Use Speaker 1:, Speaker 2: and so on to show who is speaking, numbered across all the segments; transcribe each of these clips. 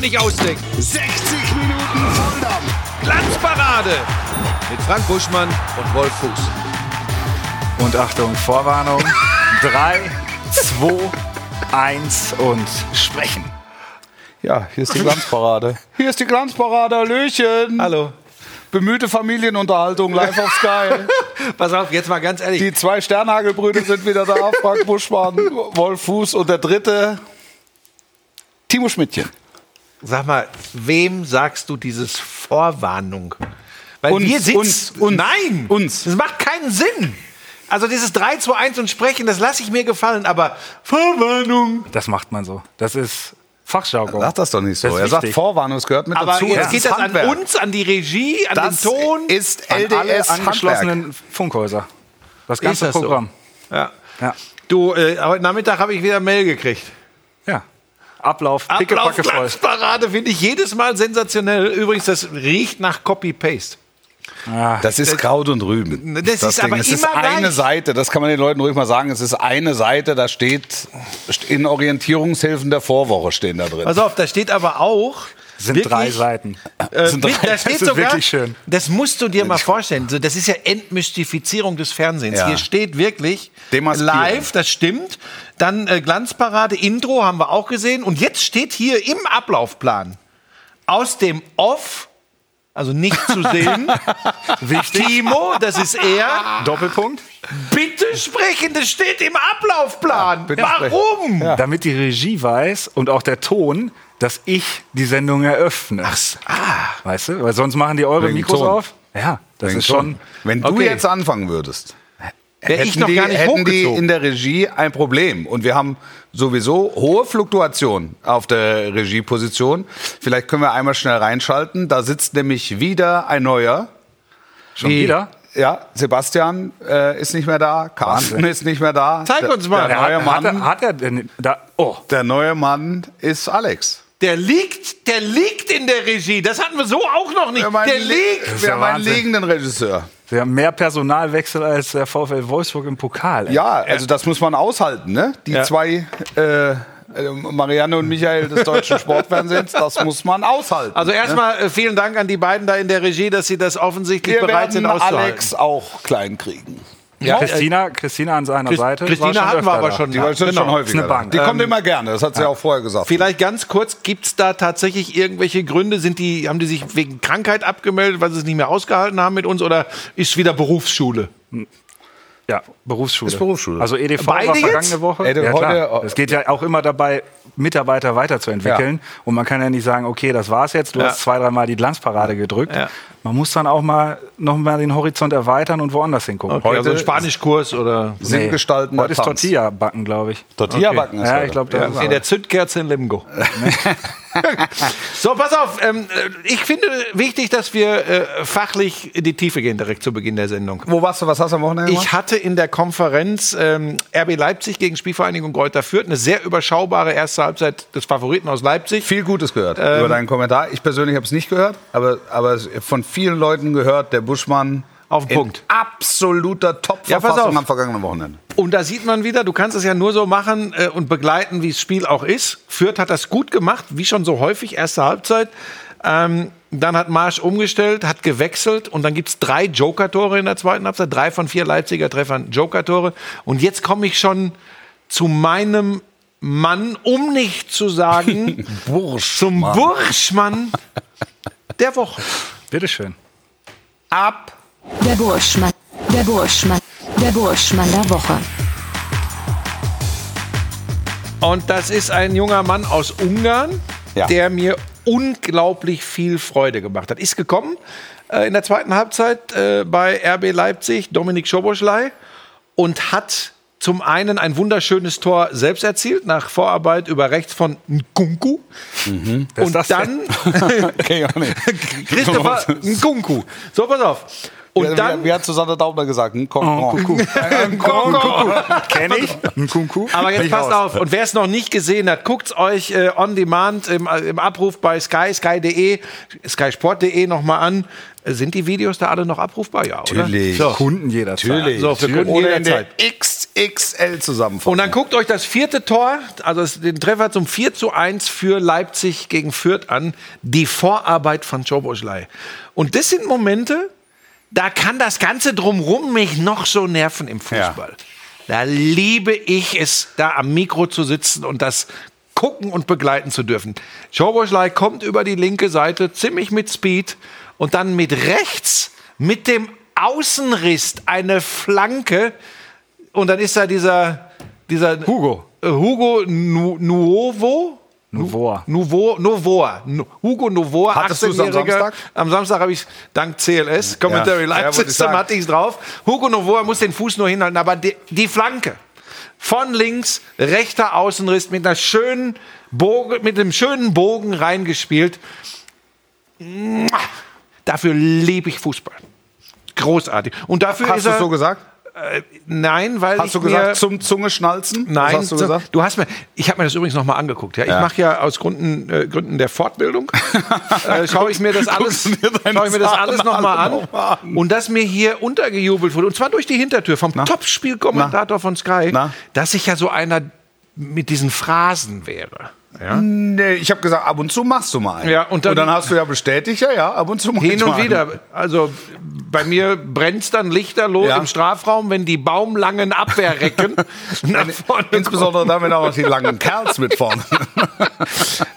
Speaker 1: nicht ausdenken.
Speaker 2: 60 Minuten Volldampf.
Speaker 1: Glanzparade mit Frank Buschmann und Wolf Fuchs.
Speaker 3: Und Achtung, Vorwarnung. 3, 2, 1 und sprechen.
Speaker 4: Ja, hier ist die Glanzparade.
Speaker 3: Hier ist die Glanzparade, Hallöchen.
Speaker 4: Hallo.
Speaker 3: Bemühte Familienunterhaltung live auf Sky.
Speaker 1: Pass auf, jetzt mal ganz ehrlich.
Speaker 3: Die zwei Sternhagelbrüder sind wieder da. Frank Buschmann, Wolf Fuß und der dritte, Timo Schmidtchen.
Speaker 1: Sag mal, wem sagst du dieses Vorwarnung? Weil
Speaker 3: Uns,
Speaker 1: wir sitzen.
Speaker 3: uns, uns,
Speaker 1: Nein!
Speaker 3: uns.
Speaker 1: Das macht keinen Sinn! Also dieses 3, 2, 1 und sprechen, das lasse ich mir gefallen, aber Vorwarnung!
Speaker 3: Das macht man so.
Speaker 4: Das ist Fachjargon.
Speaker 3: Sag das doch nicht so.
Speaker 4: Das ist
Speaker 3: Er sagt
Speaker 4: wichtig.
Speaker 3: Vorwarnung, es gehört mit
Speaker 1: Aber
Speaker 3: dazu.
Speaker 1: jetzt
Speaker 3: Es
Speaker 1: geht
Speaker 3: ist
Speaker 1: das
Speaker 3: Handwerk.
Speaker 1: an uns, an die Regie, an
Speaker 3: Das
Speaker 1: den Ton.
Speaker 3: ist
Speaker 4: An alle
Speaker 3: LDS Handwerk.
Speaker 4: angeschlossenen Funkhäuser. Das ganze
Speaker 1: das so?
Speaker 4: Programm.
Speaker 1: ja.
Speaker 4: Ja.
Speaker 1: Du, äh, heute Nachmittag habe ich wieder Mail gekriegt.
Speaker 4: ja. Ablauf,
Speaker 1: Ablauf
Speaker 4: pickepacke voll.
Speaker 1: Glanzparade finde ich jedes Mal sensationell. Übrigens, das riecht nach Copy-Paste.
Speaker 3: Das ist Kraut und Rüben.
Speaker 1: Das ist aber
Speaker 3: es ist
Speaker 1: immer
Speaker 3: eine
Speaker 1: gleich.
Speaker 3: Seite, das kann man den Leuten ruhig mal sagen. Es ist eine Seite, da steht st- in Orientierungshilfen der Vorwoche stehen da drin.
Speaker 1: Pass auf, da steht aber auch.
Speaker 4: Sind drei Seiten.
Speaker 1: Äh,
Speaker 3: sind
Speaker 1: mit,
Speaker 3: drei-
Speaker 1: da
Speaker 3: das
Speaker 1: steht
Speaker 4: ist
Speaker 1: sogar,
Speaker 4: wirklich schön.
Speaker 1: Das musst du dir mal vorstellen. So, das ist ja Entmystifizierung des Fernsehens.
Speaker 3: Ja.
Speaker 1: Hier steht wirklich
Speaker 3: Demaskieren.
Speaker 1: live, das stimmt. Dann äh, Glanzparade, Intro haben wir auch gesehen. Und jetzt steht hier im Ablaufplan aus dem Off, also nicht zu sehen, Timo, das ist er.
Speaker 4: Doppelpunkt.
Speaker 1: Bitte sprechen, das steht im Ablaufplan.
Speaker 3: bitte
Speaker 1: Warum?
Speaker 4: Damit die Regie weiß und auch der Ton, dass ich die Sendung eröffne. Weißt du? Weil sonst machen die eure
Speaker 3: Ah. Wegen
Speaker 4: Mikros
Speaker 3: Ton.
Speaker 4: auf. Ja, das
Speaker 3: Denk
Speaker 4: ist schon.
Speaker 3: Wenn du
Speaker 1: Okay.
Speaker 3: jetzt anfangen würdest,
Speaker 1: Wäre ich
Speaker 3: hätten
Speaker 1: noch
Speaker 3: die,
Speaker 1: gar nicht
Speaker 3: hätten die
Speaker 1: hochgezogen.
Speaker 3: in der Regie ein Problem. Und wir haben sowieso hohe Fluktuation auf der Regieposition. Vielleicht können wir einmal schnell reinschalten. Da sitzt nämlich wieder ein neuer.
Speaker 4: Schon wieder?
Speaker 3: Ja, Sebastian äh, ist nicht mehr da, Carsten
Speaker 4: Wahnsinn.
Speaker 3: ist nicht mehr da.
Speaker 1: Zeig
Speaker 3: Der-
Speaker 1: uns mal.
Speaker 3: Der neue
Speaker 4: Hat
Speaker 3: Mann,
Speaker 4: er, hat er denn da. Oh,
Speaker 3: der neue Mann ist Alex.
Speaker 1: Der liegt, der liegt in der Regie. Das hatten wir so auch noch nicht.
Speaker 3: Wir haben einen
Speaker 1: Der
Speaker 3: li-
Speaker 1: liegt.
Speaker 4: ist
Speaker 3: Wir
Speaker 4: ja
Speaker 3: haben einen
Speaker 4: Wahnsinn.
Speaker 3: liegenden Regisseur.
Speaker 4: sie haben mehr Personalwechsel als der VfL Wolfsburg im Pokal. ey.
Speaker 3: Ja, also das muss man aushalten, ne? Die zwei, äh, äh, Marianne und Michael des deutschen Sportfernsehens, das muss man aushalten.
Speaker 1: Also erstmal äh, vielen Dank an die beiden da in der Regie, dass sie das offensichtlich
Speaker 3: wir
Speaker 1: bereit
Speaker 3: werden
Speaker 1: sind auszuhalten.
Speaker 3: Alex auch klein kriegen. Ne?
Speaker 1: Ja, äh,
Speaker 4: Christina, Christina an seiner Seite. war
Speaker 1: Christina
Speaker 4: schon
Speaker 1: hatten wir
Speaker 4: öfter
Speaker 1: aber
Speaker 4: da.
Speaker 1: schon. Genau.
Speaker 3: Die war schon, schon
Speaker 4: Genau, ist
Speaker 3: häufiger.
Speaker 4: eine
Speaker 3: da.
Speaker 4: Bank.
Speaker 3: Die kommt
Speaker 4: Ähm,
Speaker 3: immer gerne, das hat sie auch vorher gesagt.
Speaker 1: Vielleicht ganz kurz, gibt es da tatsächlich irgendwelche Gründe? Sind die, haben die sich wegen Krankheit abgemeldet, weil sie es nicht mehr ausgehalten haben mit uns? Oder ist wieder Berufsschule?
Speaker 4: Ja, Berufsschule.
Speaker 3: Ist Berufsschule.
Speaker 4: Also EDV
Speaker 1: Beide
Speaker 4: war
Speaker 1: jetzt? äh,
Speaker 4: vergangene Woche.
Speaker 3: Ey, du,
Speaker 4: ja, klar.
Speaker 3: heute-
Speaker 4: es geht ja auch immer dabei, Mitarbeiter weiterzuentwickeln. Und man kann ja nicht sagen, okay, das war's jetzt. Du
Speaker 1: Ja.
Speaker 4: hast zwei, dreimal die Glanzparade gedrückt.
Speaker 1: Ja.
Speaker 4: Man muss dann auch mal nochmal den Horizont erweitern und woanders hingucken.
Speaker 1: Okay, also ein Spanischkurs oder
Speaker 3: Sinngestaltender
Speaker 4: Heute ist
Speaker 3: Tanz.
Speaker 4: Tortilla backen, glaube ich.
Speaker 3: Tortilla backen ist
Speaker 4: Ja,
Speaker 3: heute.
Speaker 4: ich glaube, das
Speaker 1: in
Speaker 4: ist
Speaker 1: der Zündkerze in Lemgo. so, pass auf. Ähm, ich finde wichtig, dass wir äh, fachlich in die Tiefe gehen, direkt zu Beginn der Sendung.
Speaker 3: Wo warst du, was hast du am Wochenende gemacht?
Speaker 1: Ich hatte in der Konferenz ähm, RB Leipzig gegen Spielvereinigung Greuther Fürth eine sehr überschaubare erste Halbzeit des Favoriten aus Leipzig.
Speaker 3: viel Gutes gehört
Speaker 1: Ähm.
Speaker 3: über deinen Kommentar. Ich persönlich habe es nicht gehört, aber, aber es- von vielen Leuten gehört, der Buschmann
Speaker 1: Auf den
Speaker 3: in
Speaker 1: Punkt.
Speaker 3: absoluter
Speaker 1: Ja, pass
Speaker 3: Top-Verfassung
Speaker 1: auf.
Speaker 3: am vergangenen Wochenende.
Speaker 1: Und da sieht man wieder, du kannst es ja nur so machen äh, und begleiten, wie das Spiel auch ist. Fürth hat das gut gemacht, wie schon so häufig, erste Halbzeit. Ähm, dann hat Marsch umgestellt, hat gewechselt und dann gibt es drei Joker-Tore in der zweiten Halbzeit. Drei von vier Leipziger Treffern Joker-Tore. Und jetzt komme ich schon zu meinem Mann, um nicht zu sagen, zum Burschmann der Woche.
Speaker 4: Bitteschön.
Speaker 3: Ab.
Speaker 5: Der Burschmann. Der Burschmann. Der Burschmann der Woche.
Speaker 1: Und das ist ein junger Mann aus Ungarn,
Speaker 3: Ja.
Speaker 1: der mir unglaublich viel Freude gemacht hat. Ist gekommen äh, in der zweiten Halbzeit äh, bei RB Leipzig, Dominik Schoboschlei, und hat zum einen ein wunderschönes Tor selbst erzielt, nach Vorarbeit über rechts von Nkunku. Und
Speaker 4: das
Speaker 1: dann
Speaker 3: Okay, auch nicht.
Speaker 1: Christopher Nkunku. So, pass auf. Und
Speaker 3: Und
Speaker 1: dann
Speaker 3: dann, Oh, wie, wie hat Susanne Daubner gesagt?
Speaker 1: hm,
Speaker 3: Ein Kokon.
Speaker 4: Kenn ich. Ein Kunku.
Speaker 1: Aber jetzt
Speaker 4: Bin ich
Speaker 1: passt
Speaker 4: raus.
Speaker 1: auf. Und wer es noch nicht gesehen hat, guckt's euch äh, on demand im, äh, im Abruf bei Sky, sky.de, skysport.de nochmal an. Äh, Sind die Videos da alle noch abrufbar? Ja, oder?
Speaker 3: Natürlich.
Speaker 4: Kunden jeder
Speaker 3: Natürlich.
Speaker 1: So, für Kunden
Speaker 3: Oder in der
Speaker 1: jederzeit.
Speaker 3: X XXL zusammenfassen.
Speaker 1: Und dann guckt euch das vierte Tor, also es- den Treffer zum 4 zu 1 für Leipzig gegen Fürth an. Die Vorarbeit von Schoboschlei. Und das sind Momente, da kann das Ganze drumrum mich noch so nerven im Fußball. Da liebe ich es, da am Mikro zu sitzen und das gucken und begleiten zu dürfen. Schoboschlei kommt über die linke Seite, ziemlich mit Speed und dann mit rechts, mit dem Außenriss eine Flanke. Und dann ist da dieser, dieser
Speaker 4: Hugo.
Speaker 1: äh, Hugo nu, Nuovo.
Speaker 4: Novoa.
Speaker 1: Nuvo, Novoa. Nu- Hugo Novoa,
Speaker 3: Hattest du's am
Speaker 1: 18-Jähriger.
Speaker 3: Samstag?
Speaker 1: Am Samstag habe ich dank CLS, Commentary
Speaker 3: Ja,
Speaker 1: Live
Speaker 3: wollte ich
Speaker 1: System,
Speaker 3: sagen.
Speaker 1: hatte ich es drauf. Hugo Novoa muss den Fuß nur hinhalten, aber die, die Flanke von links, rechter Außenriss mit einer schönen Bogen, mit einem schönen Bogen reingespielt. Mua! Dafür liebe ich Fußball. Großartig. Und dafür
Speaker 3: Hast
Speaker 1: ist
Speaker 3: du
Speaker 1: er.
Speaker 3: es so gesagt?
Speaker 1: nein, weil ich
Speaker 3: Hast du
Speaker 1: mir,
Speaker 3: gesagt, zum Zunge schnalzen?
Speaker 1: Nein,
Speaker 3: Was hast du
Speaker 1: so-
Speaker 3: gesagt?
Speaker 1: du hast mir, ich habe mir das übrigens nochmal angeguckt. Ja. Ich
Speaker 3: Ja.
Speaker 1: mache ja aus Gründen, äh, Gründen der Fortbildung, äh, schaue ich mir das alles,
Speaker 3: Guckst du mir deine
Speaker 1: schau ich mir das
Speaker 3: Sachen
Speaker 1: alles
Speaker 3: alle
Speaker 1: nochmal an,
Speaker 3: noch mal an.
Speaker 1: Und dass mir hier untergejubelt wurde, und zwar durch die Hintertür vom Topspielkommentator von Sky,
Speaker 3: Na?
Speaker 1: dass ich ja so einer mit diesen Phrasen wäre. Ja?
Speaker 3: Nee, ich habe gesagt, ab und zu machst du mal einen.
Speaker 1: Ja, und dann-
Speaker 3: hast du ja bestätigt, ja, ja, ab und zu mach
Speaker 1: Hin
Speaker 3: ich
Speaker 1: und
Speaker 3: mal einen.
Speaker 1: wieder. Also bei mir brennt dann lichterloh
Speaker 3: Ja.
Speaker 1: im Strafraum, wenn die baumlangen Abwehrrecken nach vorne kommen.
Speaker 3: Insbesondere dann, wenn auch noch die langen Kerls mit vorne.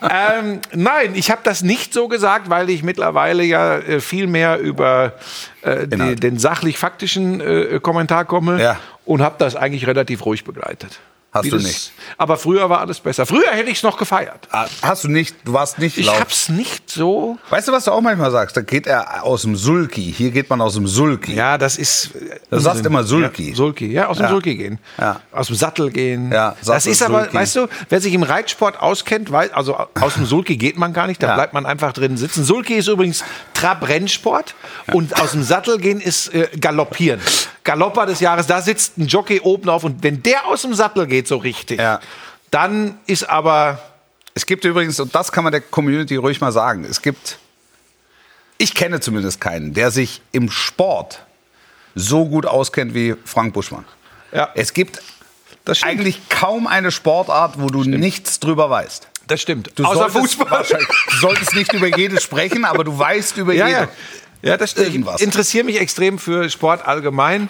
Speaker 1: Ähm, nein, ich habe das nicht so gesagt, weil ich mittlerweile ja äh, viel mehr über äh, die,
Speaker 3: Inhalt.
Speaker 1: den sachlich-faktischen äh, Kommentar komme
Speaker 3: Ja.
Speaker 1: und habe das eigentlich relativ ruhig begleitet.
Speaker 3: Hast du
Speaker 1: das-
Speaker 3: nicht.
Speaker 1: Aber früher war alles besser. Früher hätte ich es noch gefeiert.
Speaker 3: Ah, Hast du nicht, du warst nicht
Speaker 1: Ich
Speaker 3: laut.
Speaker 1: hab's nicht so.
Speaker 3: Weißt du, was du auch manchmal sagst? Da geht er aus dem Sulki. Hier geht man aus dem Sulki.
Speaker 1: Ja, das ist. äh,
Speaker 3: Du sagst immer Sulki.
Speaker 1: Ja, Sulki, ja, aus dem
Speaker 3: Ja.
Speaker 1: Sulki gehen.
Speaker 3: Ja.
Speaker 1: Aus dem Sattel gehen.
Speaker 3: Ja, Sattel,
Speaker 1: das ist aber,
Speaker 3: Sulki.
Speaker 1: weißt du, wer sich im Reitsport auskennt, weiß, also aus dem Sulki geht man gar nicht, da
Speaker 3: Ja.
Speaker 1: bleibt man einfach drin sitzen. Sulki ist übrigens Trabrennsport und aus dem Sattel gehen ist äh, Galoppieren. Galopper des Jahres, da sitzt ein Jockey oben auf und wenn der aus dem Sattel geht so richtig,
Speaker 3: Ja.
Speaker 1: dann ist aber
Speaker 3: Es gibt übrigens, und das kann man der Community ruhig mal sagen, es gibt, ich kenne zumindest keinen, der sich im Sport so gut auskennt wie Frank Buschmann.
Speaker 1: Ja.
Speaker 3: Es gibt
Speaker 1: das stimmt.
Speaker 3: eigentlich kaum eine Sportart, wo du nichts drüber weißt.
Speaker 1: das stimmt.
Speaker 3: Du solltest wahrscheinlich- Du solltest nicht über jede sprechen, aber du weißt über
Speaker 1: Ja,
Speaker 3: jede.
Speaker 1: ja. Ja, das stimmt.
Speaker 3: Irgendwas.
Speaker 1: Ich Ähm, interessiere mich extrem für Sport allgemein.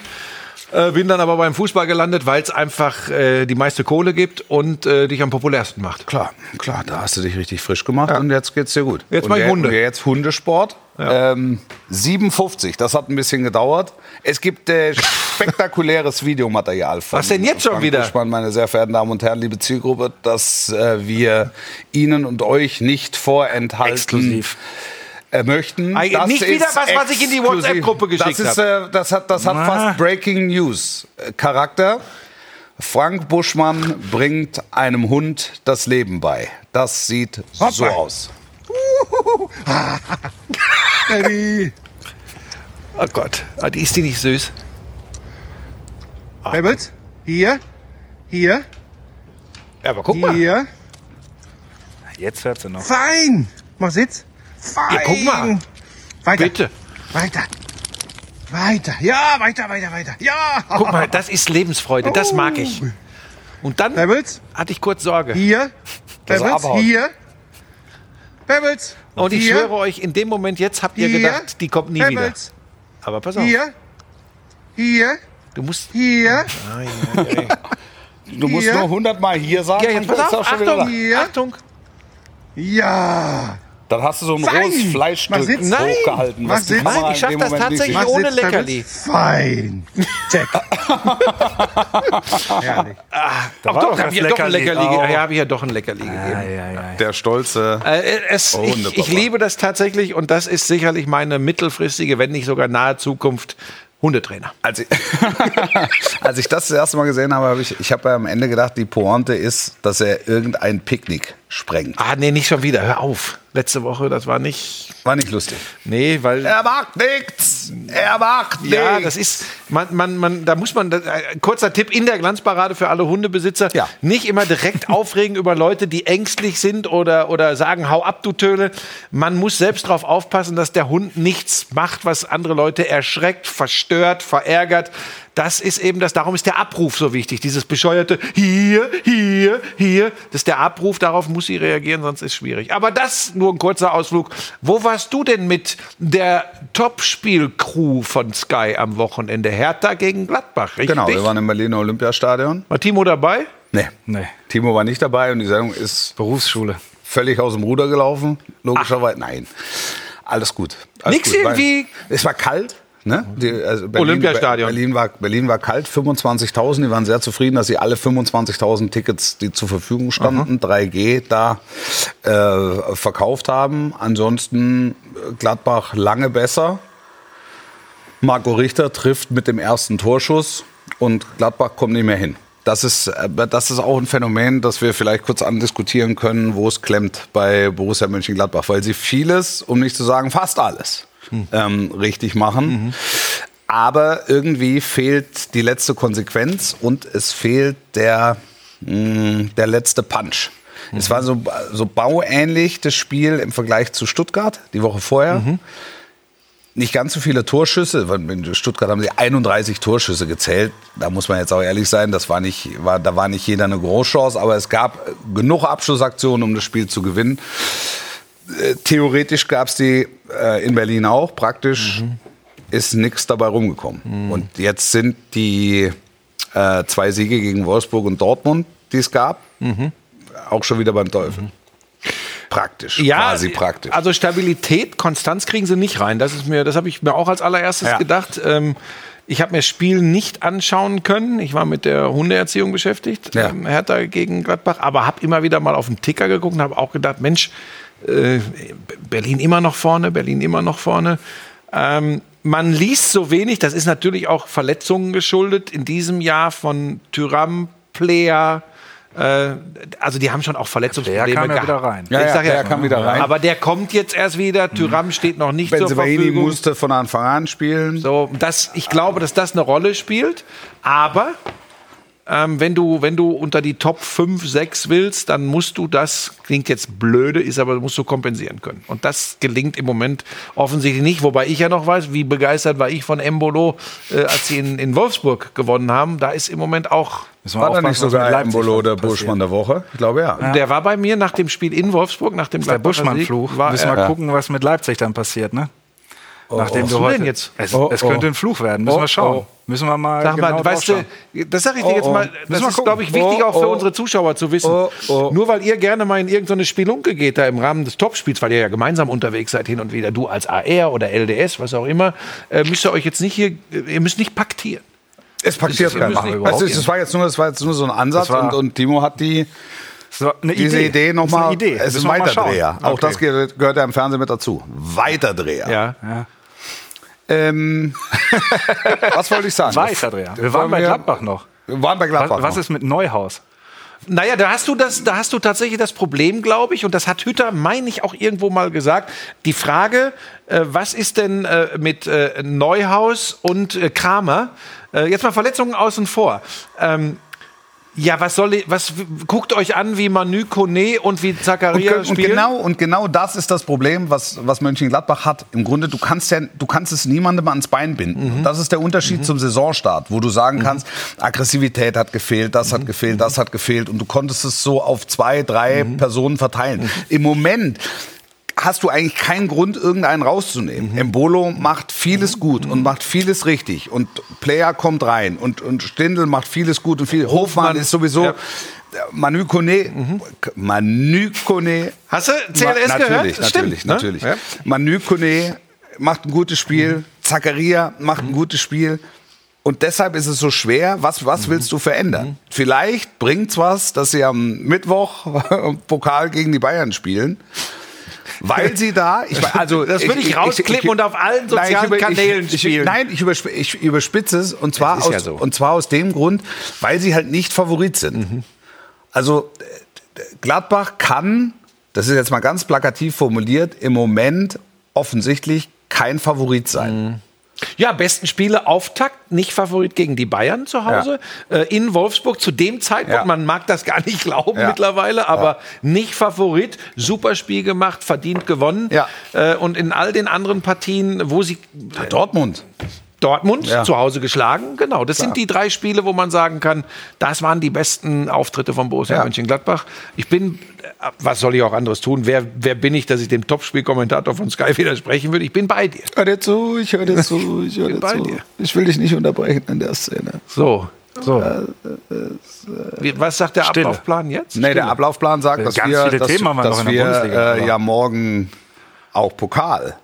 Speaker 1: Äh, bin dann aber beim Fußball gelandet, weil es einfach äh, die meiste Kohle gibt und äh, dich am populärsten macht.
Speaker 3: Klar, klar, da hast du dich richtig frisch gemacht und jetzt geht's dir gut.
Speaker 1: Jetzt
Speaker 3: und
Speaker 1: mach ich
Speaker 3: wer-
Speaker 1: Hunde.
Speaker 3: und wer Jetzt Hundesport. Ähm, 57, das hat ein bisschen gedauert. Es gibt äh, spektakuläres Videomaterial von
Speaker 1: Was denn jetzt schon
Speaker 3: Frank
Speaker 1: wieder?
Speaker 3: Buschmann, meine sehr verehrten Damen und Herren, liebe Zielgruppe, dass äh, wir Ihnen und euch nicht vorenthalten
Speaker 4: Exklusiv.
Speaker 3: äh, möchten.
Speaker 1: Ei, Ah, nicht
Speaker 3: ist
Speaker 1: wieder was, was ich in die
Speaker 3: exklusiv.
Speaker 1: WhatsApp-Gruppe
Speaker 3: Das,
Speaker 1: geschickt
Speaker 3: ist, äh, das hat, das hat
Speaker 4: Na.
Speaker 3: fast Breaking News äh, Charakter. Frank Buschmann bringt einem Hund das Leben bei. Das sieht so aus.
Speaker 1: Oh Gott, Ah, die ist die nicht süß?
Speaker 2: Rebels, hier, hier,
Speaker 1: Ja, aber guck
Speaker 2: hier.
Speaker 4: Jetzt hört sie noch.
Speaker 2: Fein! Mach Sitz. Fein!
Speaker 1: Ja, guck mal.
Speaker 2: Weiter,
Speaker 1: Bitte.
Speaker 2: weiter. Weiter. Ja, weiter, weiter, weiter. Ja!
Speaker 1: Guck mal, Ah, das ist Lebensfreude, das mag ich. Und dann
Speaker 2: Pebbles?
Speaker 1: hatte ich kurz Sorge.
Speaker 2: Hier.
Speaker 3: Dass er
Speaker 2: Pebbles,
Speaker 3: abhaut.
Speaker 2: hier. Pebbles.
Speaker 1: Und ich
Speaker 2: hier.
Speaker 1: schwöre euch, in dem Moment jetzt habt ihr
Speaker 2: hier.
Speaker 1: gedacht, die kommt nie wieder.
Speaker 2: Pebbles,
Speaker 1: Aber pass auf,
Speaker 2: Hier. Hier.
Speaker 1: du musst...
Speaker 2: Hier.
Speaker 3: Du musst
Speaker 2: Hier.
Speaker 3: nur 100 Mal hier sagen.
Speaker 1: Ja, jetzt
Speaker 3: dann
Speaker 1: pass
Speaker 3: ist
Speaker 1: auf,
Speaker 3: das schon wieder da.
Speaker 1: Achtung,
Speaker 2: Hier.
Speaker 1: Achtung.
Speaker 2: Ja.
Speaker 3: Dann hast du so ein
Speaker 2: Fein.
Speaker 3: rohes Fleischstück
Speaker 2: Mach Sitz.
Speaker 1: Nein.
Speaker 3: hochgehalten.
Speaker 2: Mach Sitz.
Speaker 1: Nein, ich schaff das tatsächlich
Speaker 2: Mach
Speaker 1: ohne
Speaker 2: Sitz, Pebbles.
Speaker 1: Leckerli.
Speaker 2: Fein. Check. Herrlich.
Speaker 4: Da
Speaker 1: Ach, doch, hab ich ja doch ein Leckerli,
Speaker 4: Oh.
Speaker 1: ge- ja, hab ich ja doch ein Leckerli gegeben.
Speaker 3: Der stolze.
Speaker 1: Äh, es,
Speaker 3: Oh, ne
Speaker 1: ich, ich
Speaker 3: Papa.
Speaker 1: liebe das tatsächlich und das ist sicherlich meine mittelfristige, wenn nicht sogar nahe Zukunft, Hundetrainer.
Speaker 3: Als ich, als ich das das erste Mal gesehen habe, habe ich, ich habe am Ende gedacht, die Pointe ist, dass er irgendein Picknick sprengt.
Speaker 1: Ah, nee, nicht schon wieder. Hör auf. Letzte Woche, das war nicht.
Speaker 3: War nicht lustig.
Speaker 1: Nee, weil.
Speaker 3: Er macht nichts! Er macht nichts!
Speaker 1: Ja, das ist, man, man, man, da muss man, äh, kurzer Tipp in der Glanzparade für alle Hundebesitzer,
Speaker 3: Ja.
Speaker 1: nicht immer direkt aufregen über Leute, die ängstlich sind oder, oder sagen, hau ab, du Töle. Man muss selbst darauf aufpassen, dass der Hund nichts macht, was andere Leute erschreckt, verstört, verärgert. das ist eben das, darum ist der Abruf so wichtig. Dieses bescheuerte hier, hier, hier, das ist der Abruf, darauf muss sie reagieren, sonst ist schwierig. Aber das nur ein kurzer Ausflug. Wo warst du denn mit der Topspiel-Crew von Sky am Wochenende? Hertha gegen Gladbach, richtig?
Speaker 3: Genau, wir waren im Berliner Olympiastadion.
Speaker 1: War Timo dabei?
Speaker 3: Nee.
Speaker 4: Nee.
Speaker 3: Timo war nicht dabei und die Sendung ist
Speaker 4: Berufsschule.
Speaker 3: völlig aus dem Ruder gelaufen. Logischerweise, nein. Alles gut. Alles
Speaker 1: Ah. Nix
Speaker 3: gut. War-
Speaker 1: irgendwie-
Speaker 3: Es war kalt. Ne? Die, also Berlin,
Speaker 1: Olympiastadion.
Speaker 3: Berlin war, Berlin war kalt, 25.000. Die waren sehr zufrieden, dass sie alle 25.000 Tickets, die zur Verfügung standen, 3G, da äh, verkauft haben. Ansonsten äh, Gladbach lange besser. Marco Richter trifft mit dem ersten Torschuss und Gladbach kommt nicht mehr hin. Das ist, äh, das ist auch ein Phänomen, das wir vielleicht kurz andiskutieren können, wo es klemmt bei Borussia Mönchengladbach, weil sie vieles, um nicht zu sagen fast alles, ähm, richtig machen. Aber irgendwie fehlt die letzte Konsequenz und es fehlt der, mh, der letzte Punch. Es war so, so bauähnlich, das Spiel im Vergleich zu Stuttgart, die Woche vorher nicht ganz so viele Torschüsse. weil In Stuttgart haben sie 31 Torschüsse gezählt. Da muss man jetzt auch ehrlich sein, das war nicht, war, da war nicht jeder eine Großchance, aber es gab genug Abschlussaktionen, um das Spiel zu gewinnen. Äh, Theoretisch gab es die äh, in Berlin auch. Praktisch
Speaker 1: Mhm.
Speaker 3: ist nichts dabei rumgekommen. Und jetzt sind die äh, zwei Siege gegen Wolfsburg und Dortmund, die es gab,
Speaker 1: Mhm.
Speaker 3: auch schon wieder beim Teufel. Praktisch, quasi praktisch.
Speaker 1: Also Stabilität, Konstanz kriegen sie nicht rein. Das ist mir, das habe ich mir auch als allererstes
Speaker 3: Ja.
Speaker 1: gedacht. Ähm, ich habe mir das Spiel nicht anschauen können. Ich war mit der Hundeerziehung beschäftigt,
Speaker 3: Ja.
Speaker 1: ähm, Hertha gegen Gladbach, aber habe immer wieder mal auf den Ticker geguckt und habe auch gedacht, Mensch, äh, Berlin immer noch vorne, Berlin immer noch vorne. Ähm, man liest so wenig, das ist natürlich auch Verletzungen geschuldet in diesem Jahr von Tyram, Player. Äh, also die haben schon auch Verletzungsprobleme
Speaker 4: kam ja
Speaker 1: gehabt.
Speaker 4: wieder rein.
Speaker 3: Ja,
Speaker 1: ich
Speaker 3: ja,
Speaker 1: sag ja,
Speaker 3: Player kam wieder rein.
Speaker 1: Aber der kommt jetzt erst wieder. Tyram steht noch nicht zur
Speaker 3: Benzemaini
Speaker 1: Verfügung.
Speaker 3: musste von Anfang an spielen.
Speaker 1: So, das, ich glaube, dass das eine Rolle spielt. Aber ähm, wenn, du, wenn du unter die Top 5, 6 willst, dann musst du das, klingt jetzt blöde, ist aber, musst du kompensieren können. Und das gelingt im Moment offensichtlich nicht. Wobei ich ja noch weiß, wie begeistert war ich von Embolo, äh, als sie in, in Wolfsburg gewonnen haben. Da ist im Moment auch.
Speaker 4: Müssen wir
Speaker 3: War da
Speaker 4: aufpassen,
Speaker 3: nicht
Speaker 4: was mit
Speaker 3: sogar
Speaker 4: Leipzig
Speaker 3: Embolo der
Speaker 4: passiert.
Speaker 3: Buschmann der Woche? Ich glaube ja.
Speaker 1: Der war bei mir nach dem Spiel in Wolfsburg, nach dem
Speaker 4: Der
Speaker 1: Gladbacher Sieg,
Speaker 4: Buschmann-Fluch.
Speaker 1: war
Speaker 4: Müssen
Speaker 1: er-
Speaker 4: wir gucken, was mit Leipzig dann passiert, ne? Nachdem
Speaker 1: was
Speaker 4: du
Speaker 1: denn
Speaker 4: heute
Speaker 1: jetzt?
Speaker 4: Es,
Speaker 3: Oh,
Speaker 4: es
Speaker 3: oh.
Speaker 4: könnte ein Fluch werden. Müssen
Speaker 3: Oh,
Speaker 4: wir schauen.
Speaker 3: oh.
Speaker 4: Müssen wir mal.
Speaker 1: Sag mal,
Speaker 4: genau
Speaker 1: weißt
Speaker 4: draufschauen.
Speaker 1: du, das sag ich dir
Speaker 3: Oh,
Speaker 1: jetzt
Speaker 3: oh.
Speaker 1: mal,
Speaker 3: Müssen
Speaker 1: das
Speaker 3: wir
Speaker 1: ist,
Speaker 3: gucken.
Speaker 1: glaube ich, wichtig
Speaker 3: Oh,
Speaker 1: auch für
Speaker 3: oh.
Speaker 1: unsere Zuschauer zu wissen.
Speaker 3: Oh, oh.
Speaker 1: Nur weil ihr gerne mal in irgendeine Spelunke geht, da im Rahmen des Topspiels, weil ihr ja gemeinsam unterwegs seid hin und wieder, du als AR oder LDS, was auch immer, äh, müsst ihr euch jetzt nicht hier, äh, ihr müsst nicht paktieren.
Speaker 3: Es passiert
Speaker 1: Wir müssen
Speaker 3: keiner.
Speaker 1: überhaupt
Speaker 3: Also, es
Speaker 1: nicht.
Speaker 3: war jetzt nur, es war jetzt nur so ein Ansatz
Speaker 4: Das war-
Speaker 3: und, und Timo hat die,
Speaker 4: Das war eine
Speaker 3: diese Idee
Speaker 4: Das war eine
Speaker 3: nochmal.
Speaker 4: Idee.
Speaker 3: Es ist
Speaker 4: Müssen wir mal schauen.
Speaker 3: Weiterdreher. Auch
Speaker 4: Okay.
Speaker 3: das ge- gehört ja im Fernsehen mit dazu. Weiterdreher.
Speaker 1: Ja.
Speaker 3: Ähm, was wollte ich sagen?
Speaker 4: Weiterdreher. Wir waren bei
Speaker 3: wir-
Speaker 4: Gladbach noch.
Speaker 3: Wir waren bei
Speaker 4: Was,
Speaker 3: Gladbach.
Speaker 4: was
Speaker 3: noch.
Speaker 4: ist mit Neuhaus?
Speaker 1: Naja, da hast du das, da hast du tatsächlich das Problem, glaube ich, und das hat Hütter, meine ich, auch irgendwo mal gesagt. Die Frage, äh, was ist denn äh, mit äh, Neuhaus und äh, Kramer? Äh, jetzt mal Verletzungen außen vor. Ähm, ja, was soll, i- was w- guckt euch an, wie Manu Kone und wie
Speaker 3: Und,
Speaker 1: Zakaria
Speaker 3: ge- und,
Speaker 1: spielen?
Speaker 3: genau, und genau das ist das Problem, was, was Mönchengladbach hat. Im Grunde, du kannst, ja, du kannst es niemandem ans Bein binden.
Speaker 1: Mhm.
Speaker 3: Und Das ist der Unterschied zum Saisonstart, wo du sagen kannst, Aggressivität hat gefehlt, das
Speaker 1: Mhm.
Speaker 3: hat gefehlt, das hat gefehlt. Und du konntest es so auf zwei, drei
Speaker 1: Mhm.
Speaker 3: Personen verteilen. Im Moment hast du eigentlich keinen Grund, irgendeinen rauszunehmen.
Speaker 1: Mhm.
Speaker 3: Embolo macht vieles gut und macht vieles richtig. Und Player kommt rein. Und, und Stindl macht vieles gut und viel. Hofmann ist sowieso...
Speaker 1: Ja.
Speaker 3: Manu Kone, Manu Kone
Speaker 1: Mhm. Hast du CLS
Speaker 3: Ma-
Speaker 1: gehört?
Speaker 3: Natürlich,
Speaker 1: Stimmt,
Speaker 3: natürlich,
Speaker 1: ne?
Speaker 3: natürlich.
Speaker 1: Ja. Mhm.
Speaker 3: Manu Kone macht ein gutes Spiel, Zakaria macht ein gutes Spiel. Und deshalb ist es so schwer, was,
Speaker 1: Mhm.
Speaker 3: was willst du verändern? Vielleicht bringt's was, dass sie am Mittwoch Pokal gegen die Bayern spielen. Weil sie da, ich, weiß- also
Speaker 1: Das will ich rausklippen und auf allen sozialen Kanälen
Speaker 3: ich,
Speaker 1: spielen.
Speaker 3: Ich, nein, ich, übersp ich überspitze es und zwar,
Speaker 1: Es ist
Speaker 3: aus,
Speaker 1: ja so.
Speaker 3: und zwar aus dem Grund, weil sie halt nicht Favorit sind.
Speaker 4: Mhm.
Speaker 3: Also äh, Gladbach kann, das ist jetzt mal ganz plakativ formuliert, im Moment offensichtlich kein Favorit sein.
Speaker 4: Mhm.
Speaker 1: Ja, besten Spiele Auftakt, nicht Favorit gegen die Bayern zu Hause. Äh, in Wolfsburg zu dem Zeitpunkt,
Speaker 3: Ja.
Speaker 1: man mag das gar nicht glauben
Speaker 3: Ja.
Speaker 1: mittlerweile, aber nicht Favorit, super Spiel gemacht, verdient gewonnen.
Speaker 3: Ja.
Speaker 1: Äh, und in all den anderen Partien, wo sie.
Speaker 3: Dortmund.
Speaker 1: Dortmund
Speaker 3: Ja.
Speaker 1: zu Hause geschlagen. Genau, das sind die drei Spiele, wo man sagen kann, das waren die besten Auftritte von Borussia
Speaker 3: Ja.
Speaker 1: Mönchengladbach. Ich bin, äh, was soll ich auch anderes tun? Wer, wer bin ich, dass ich dem Topspielkommentator von Sky widersprechen würde? Ich bin bei dir.
Speaker 2: Hör dir zu, ich höre dir zu, ich höre
Speaker 1: bin
Speaker 2: dir
Speaker 1: bei
Speaker 2: zu.
Speaker 1: dir.
Speaker 2: Ich will dich nicht unterbrechen in der Szene.
Speaker 1: So. so. Wie, was sagt der
Speaker 4: Stille.
Speaker 1: Ablaufplan jetzt?
Speaker 3: Nee, der Ablaufplan sagt, dass
Speaker 4: Ganz
Speaker 3: wir,
Speaker 4: viele
Speaker 3: dass,
Speaker 4: Themen haben wir noch
Speaker 3: dass
Speaker 4: in der
Speaker 3: wir
Speaker 4: Bundesliga, aber-
Speaker 3: äh, ja morgen auch Pokal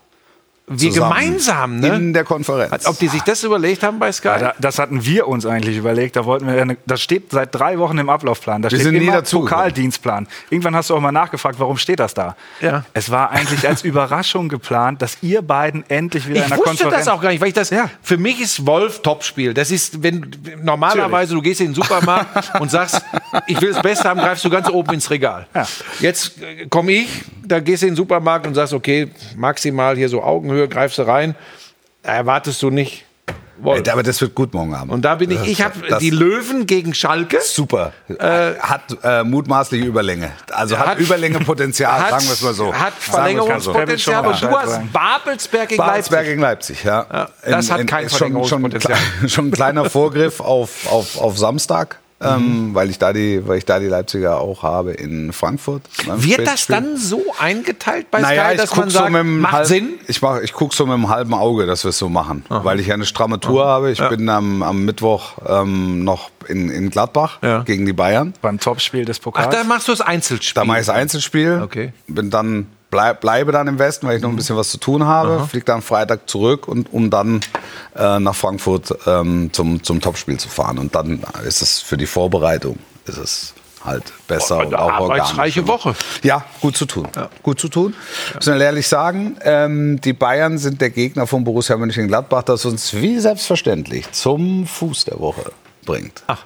Speaker 1: Wir
Speaker 3: zusammen
Speaker 1: gemeinsam, ne?
Speaker 3: in der Konferenz.
Speaker 1: Als ob die sich das überlegt haben bei Sky.
Speaker 4: Ja, da, das hatten wir uns eigentlich überlegt. Da wollten wir, ja ne- das steht seit drei Wochen im Ablaufplan. Da
Speaker 3: Wir
Speaker 4: steht
Speaker 3: sind nie
Speaker 4: immer
Speaker 3: dazu gekommen.
Speaker 4: Pokaldienstplan. Irgendwann hast du auch mal nachgefragt, warum steht das da?
Speaker 1: Ja.
Speaker 4: Es war eigentlich als Überraschung geplant, dass ihr beiden endlich wieder
Speaker 1: ich
Speaker 4: in einer
Speaker 1: wusste
Speaker 4: Konferenz.
Speaker 1: das auch gar nicht, weil ich das.
Speaker 4: Ja.
Speaker 1: Für mich ist Wolf Topspiel. Das ist, wenn normalerweise du gehst in den Supermarkt und sagst, ich will das Beste haben, greifst du ganz oben ins Regal.
Speaker 4: Ja.
Speaker 1: Jetzt äh, komme ich, da gehst du in den Supermarkt und sagst, okay, maximal hier so Augenhöhe, greifst du rein, Da erwartest du nicht Wolf.
Speaker 3: Ey, Aber das wird gut morgen Abend.
Speaker 1: und da bin ich,
Speaker 3: Das-
Speaker 1: ich habe
Speaker 3: das-
Speaker 1: die Löwen gegen Schalke.
Speaker 3: Super. hat äh, mutmaßliche Überlänge. Also hat,
Speaker 1: Hat-
Speaker 3: Überlängepotenzial, sagen wir es mal so. Sagen wir es mal
Speaker 1: Hat
Speaker 3: so.
Speaker 1: Verlängerungspotenzial,
Speaker 4: Kevin
Speaker 1: aber
Speaker 4: Schumacher.
Speaker 1: du hast Babelsberg gegen
Speaker 3: Babelsberg
Speaker 1: Leipzig.
Speaker 3: gegen Leipzig, ja.
Speaker 1: das hat kein
Speaker 3: ist schon, schon,
Speaker 1: Verlängerungspotenzial.
Speaker 3: kle- schon ein kleiner Vorgriff auf, auf, auf Samstag,
Speaker 1: Mhm.
Speaker 3: ähm, weil, ich da die, weil ich da die Leipziger auch habe in Frankfurt. ne,
Speaker 1: Wird das dann so eingeteilt bei
Speaker 3: naja,
Speaker 1: Sky,
Speaker 3: ich
Speaker 1: dass
Speaker 3: guck
Speaker 1: man sagt,
Speaker 3: so mit dem
Speaker 1: macht
Speaker 3: halb-
Speaker 1: Sinn?
Speaker 3: Ich, mach, ich gucke so mit dem halben Auge, dass wir es so machen, weil ich ja eine stramme Tour habe. Ich bin am, am Mittwoch ähm, noch in, in Gladbach
Speaker 1: Ja.
Speaker 3: gegen die Bayern.
Speaker 4: Beim Topspiel des
Speaker 1: Ach, da
Speaker 4: Pokals.
Speaker 1: machst du das Einzelspiel.
Speaker 3: Da mache ich das Einzelspiel.
Speaker 1: Okay.
Speaker 3: Bin dann, bleib, bleibe dann im Westen, weil ich noch ein bisschen was zu tun habe. Flieg dann Freitag zurück und um dann äh, nach Frankfurt ähm, zum, zum Topspiel zu fahren. Und dann ist es für die Vorbereitung ist es halt besser und auch
Speaker 1: arbeitsreiche
Speaker 3: organischer.
Speaker 1: Woche.
Speaker 3: Ja, gut zu tun. Gut zu tun. Müssen wir ehrlich sagen, ähm, die Bayern sind der Gegner von Borussia Mönchengladbach, das uns wie selbstverständlich zum Fuß der Woche bringt.
Speaker 1: Ah,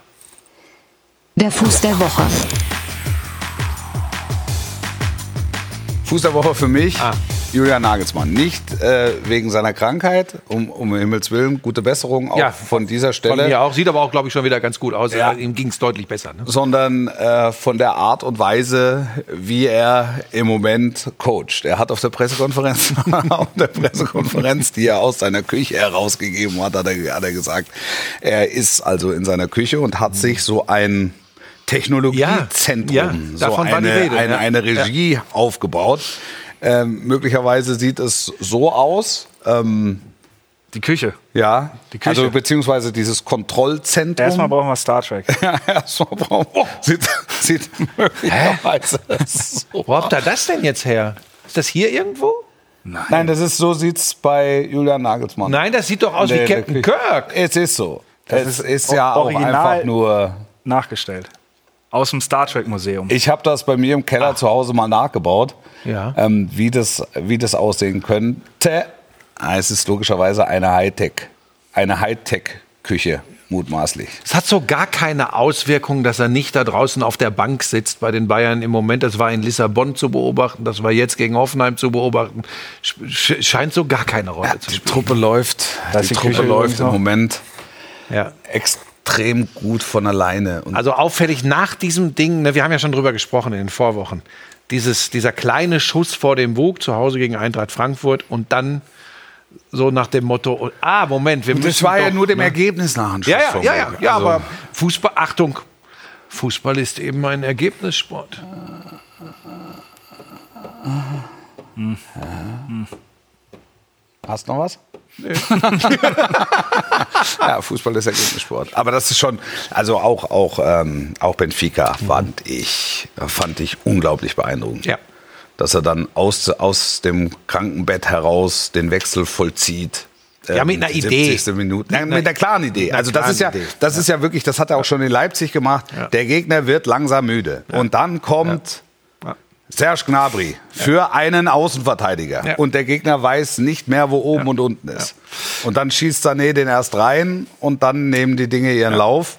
Speaker 5: Der Fuß der Woche.
Speaker 3: Fuß der Woche für mich.
Speaker 1: Ah.
Speaker 3: Julian Nagelsmann. Nicht äh, wegen seiner Krankheit, um, um Himmels Willen, gute Besserung auch
Speaker 1: Ja,
Speaker 3: von dieser
Speaker 1: Von
Speaker 3: Stelle,
Speaker 1: mir auch. Sieht aber auch, glaube ich, schon wieder ganz gut aus.
Speaker 3: Ja.
Speaker 1: Ihm ging es deutlich besser. Ne?
Speaker 3: sondern äh, von der Art und Weise, wie er im Moment coacht. Er hat auf der Pressekonferenz, auf der Pressekonferenz, die er aus seiner Küche herausgegeben hat, hat er, hat er gesagt, er ist also in seiner Küche und hat sich so ein Technologiezentrum,
Speaker 1: Ja, ja,
Speaker 3: so
Speaker 1: davon
Speaker 3: eine,
Speaker 1: war die Rede,
Speaker 3: eine,
Speaker 1: ja.
Speaker 3: eine Regie aufgebaut. Ähm, möglicherweise sieht es so aus. Ähm,
Speaker 4: Die Küche.
Speaker 1: Oh.
Speaker 3: ja,
Speaker 4: Die Küche.
Speaker 3: also beziehungsweise dieses Kontrollzentrum.
Speaker 4: Erstmal brauchen wir Star Trek.
Speaker 3: Ja, erstmal brauchen wir. Sieht, sieht möglicherweise so.
Speaker 1: Wo habt ihr das denn jetzt her? Ist das hier irgendwo?
Speaker 3: Nein, das ist so sieht's bei Julian Nagelsmann.
Speaker 1: Nein, das sieht doch aus
Speaker 3: Nee,
Speaker 1: wie Captain
Speaker 3: wirklich.
Speaker 1: Kirk.
Speaker 3: Es ist so. es
Speaker 4: ist
Speaker 3: ist ja
Speaker 4: o-
Speaker 3: auch
Speaker 4: original-
Speaker 3: einfach nur.
Speaker 4: Nachgestellt. Aus dem Star Trek Museum.
Speaker 3: Ich habe das bei mir im Keller zu Hause mal nachgebaut,
Speaker 1: Ja.
Speaker 3: ähm, wie, das, wie das aussehen könnte. Ah, Es ist logischerweise eine Hightech, eine Hightech-Küche mutmaßlich.
Speaker 1: Es hat so gar keine Auswirkung, dass er nicht da draußen auf der Bank sitzt bei den Bayern im Moment. Das war in Lissabon zu beobachten, das war jetzt gegen Hoffenheim zu beobachten. Sch- sch- Scheint so gar keine Rolle zu
Speaker 3: Die
Speaker 1: spielen.
Speaker 3: Truppe läuft,
Speaker 4: ist
Speaker 3: die
Speaker 4: die
Speaker 3: Truppe
Speaker 4: Küche
Speaker 3: läuft
Speaker 4: übrigens
Speaker 3: im
Speaker 4: noch.
Speaker 3: Moment
Speaker 1: Ja.
Speaker 3: extrem gut von alleine. Und
Speaker 1: Also auffällig nach diesem Ding, ne, wir haben ja schon drüber gesprochen in den Vorwochen, dieses, dieser kleine Schuss vor dem Bug zu Hause gegen Eintracht Frankfurt und dann so nach dem Motto, und- ah, Moment, wir müssen
Speaker 3: das war ja
Speaker 1: doch- ne?
Speaker 3: nur dem Ergebnis nach ein Schuss
Speaker 1: Ja, ja,
Speaker 3: vom
Speaker 1: ja, ja,
Speaker 3: Glück.
Speaker 1: ja
Speaker 3: Also-
Speaker 1: aber Fußball, Achtung, Fußball ist eben ein Ergebnissport.
Speaker 3: Hast noch was? ja, Fußball ist Ergebnissport. Aber das ist schon, also auch, auch, ähm, auch Benfica fand, ich, fand ich unglaublich beeindruckend.
Speaker 1: Mhm. Ja.
Speaker 3: Dass er dann aus, aus dem Krankenbett heraus den Wechsel vollzieht.
Speaker 1: Ja, mit
Speaker 3: Ähm,
Speaker 1: einer
Speaker 3: die
Speaker 1: Idee.
Speaker 3: 70. Minute. Ja, mit einer klaren Idee.
Speaker 1: einer
Speaker 3: Also das
Speaker 1: klaren
Speaker 3: ist ja,
Speaker 1: Idee.
Speaker 3: das ist ja wirklich, das hat er auch schon in Leipzig gemacht. Der Gegner wird langsam müde. Und dann kommt Serge Gnabry für einen Außenverteidiger
Speaker 1: Ja.
Speaker 3: und der Gegner weiß nicht mehr, wo oben und unten ist. Und dann schießt Sané den erst rein und dann nehmen die Dinge ihren Lauf.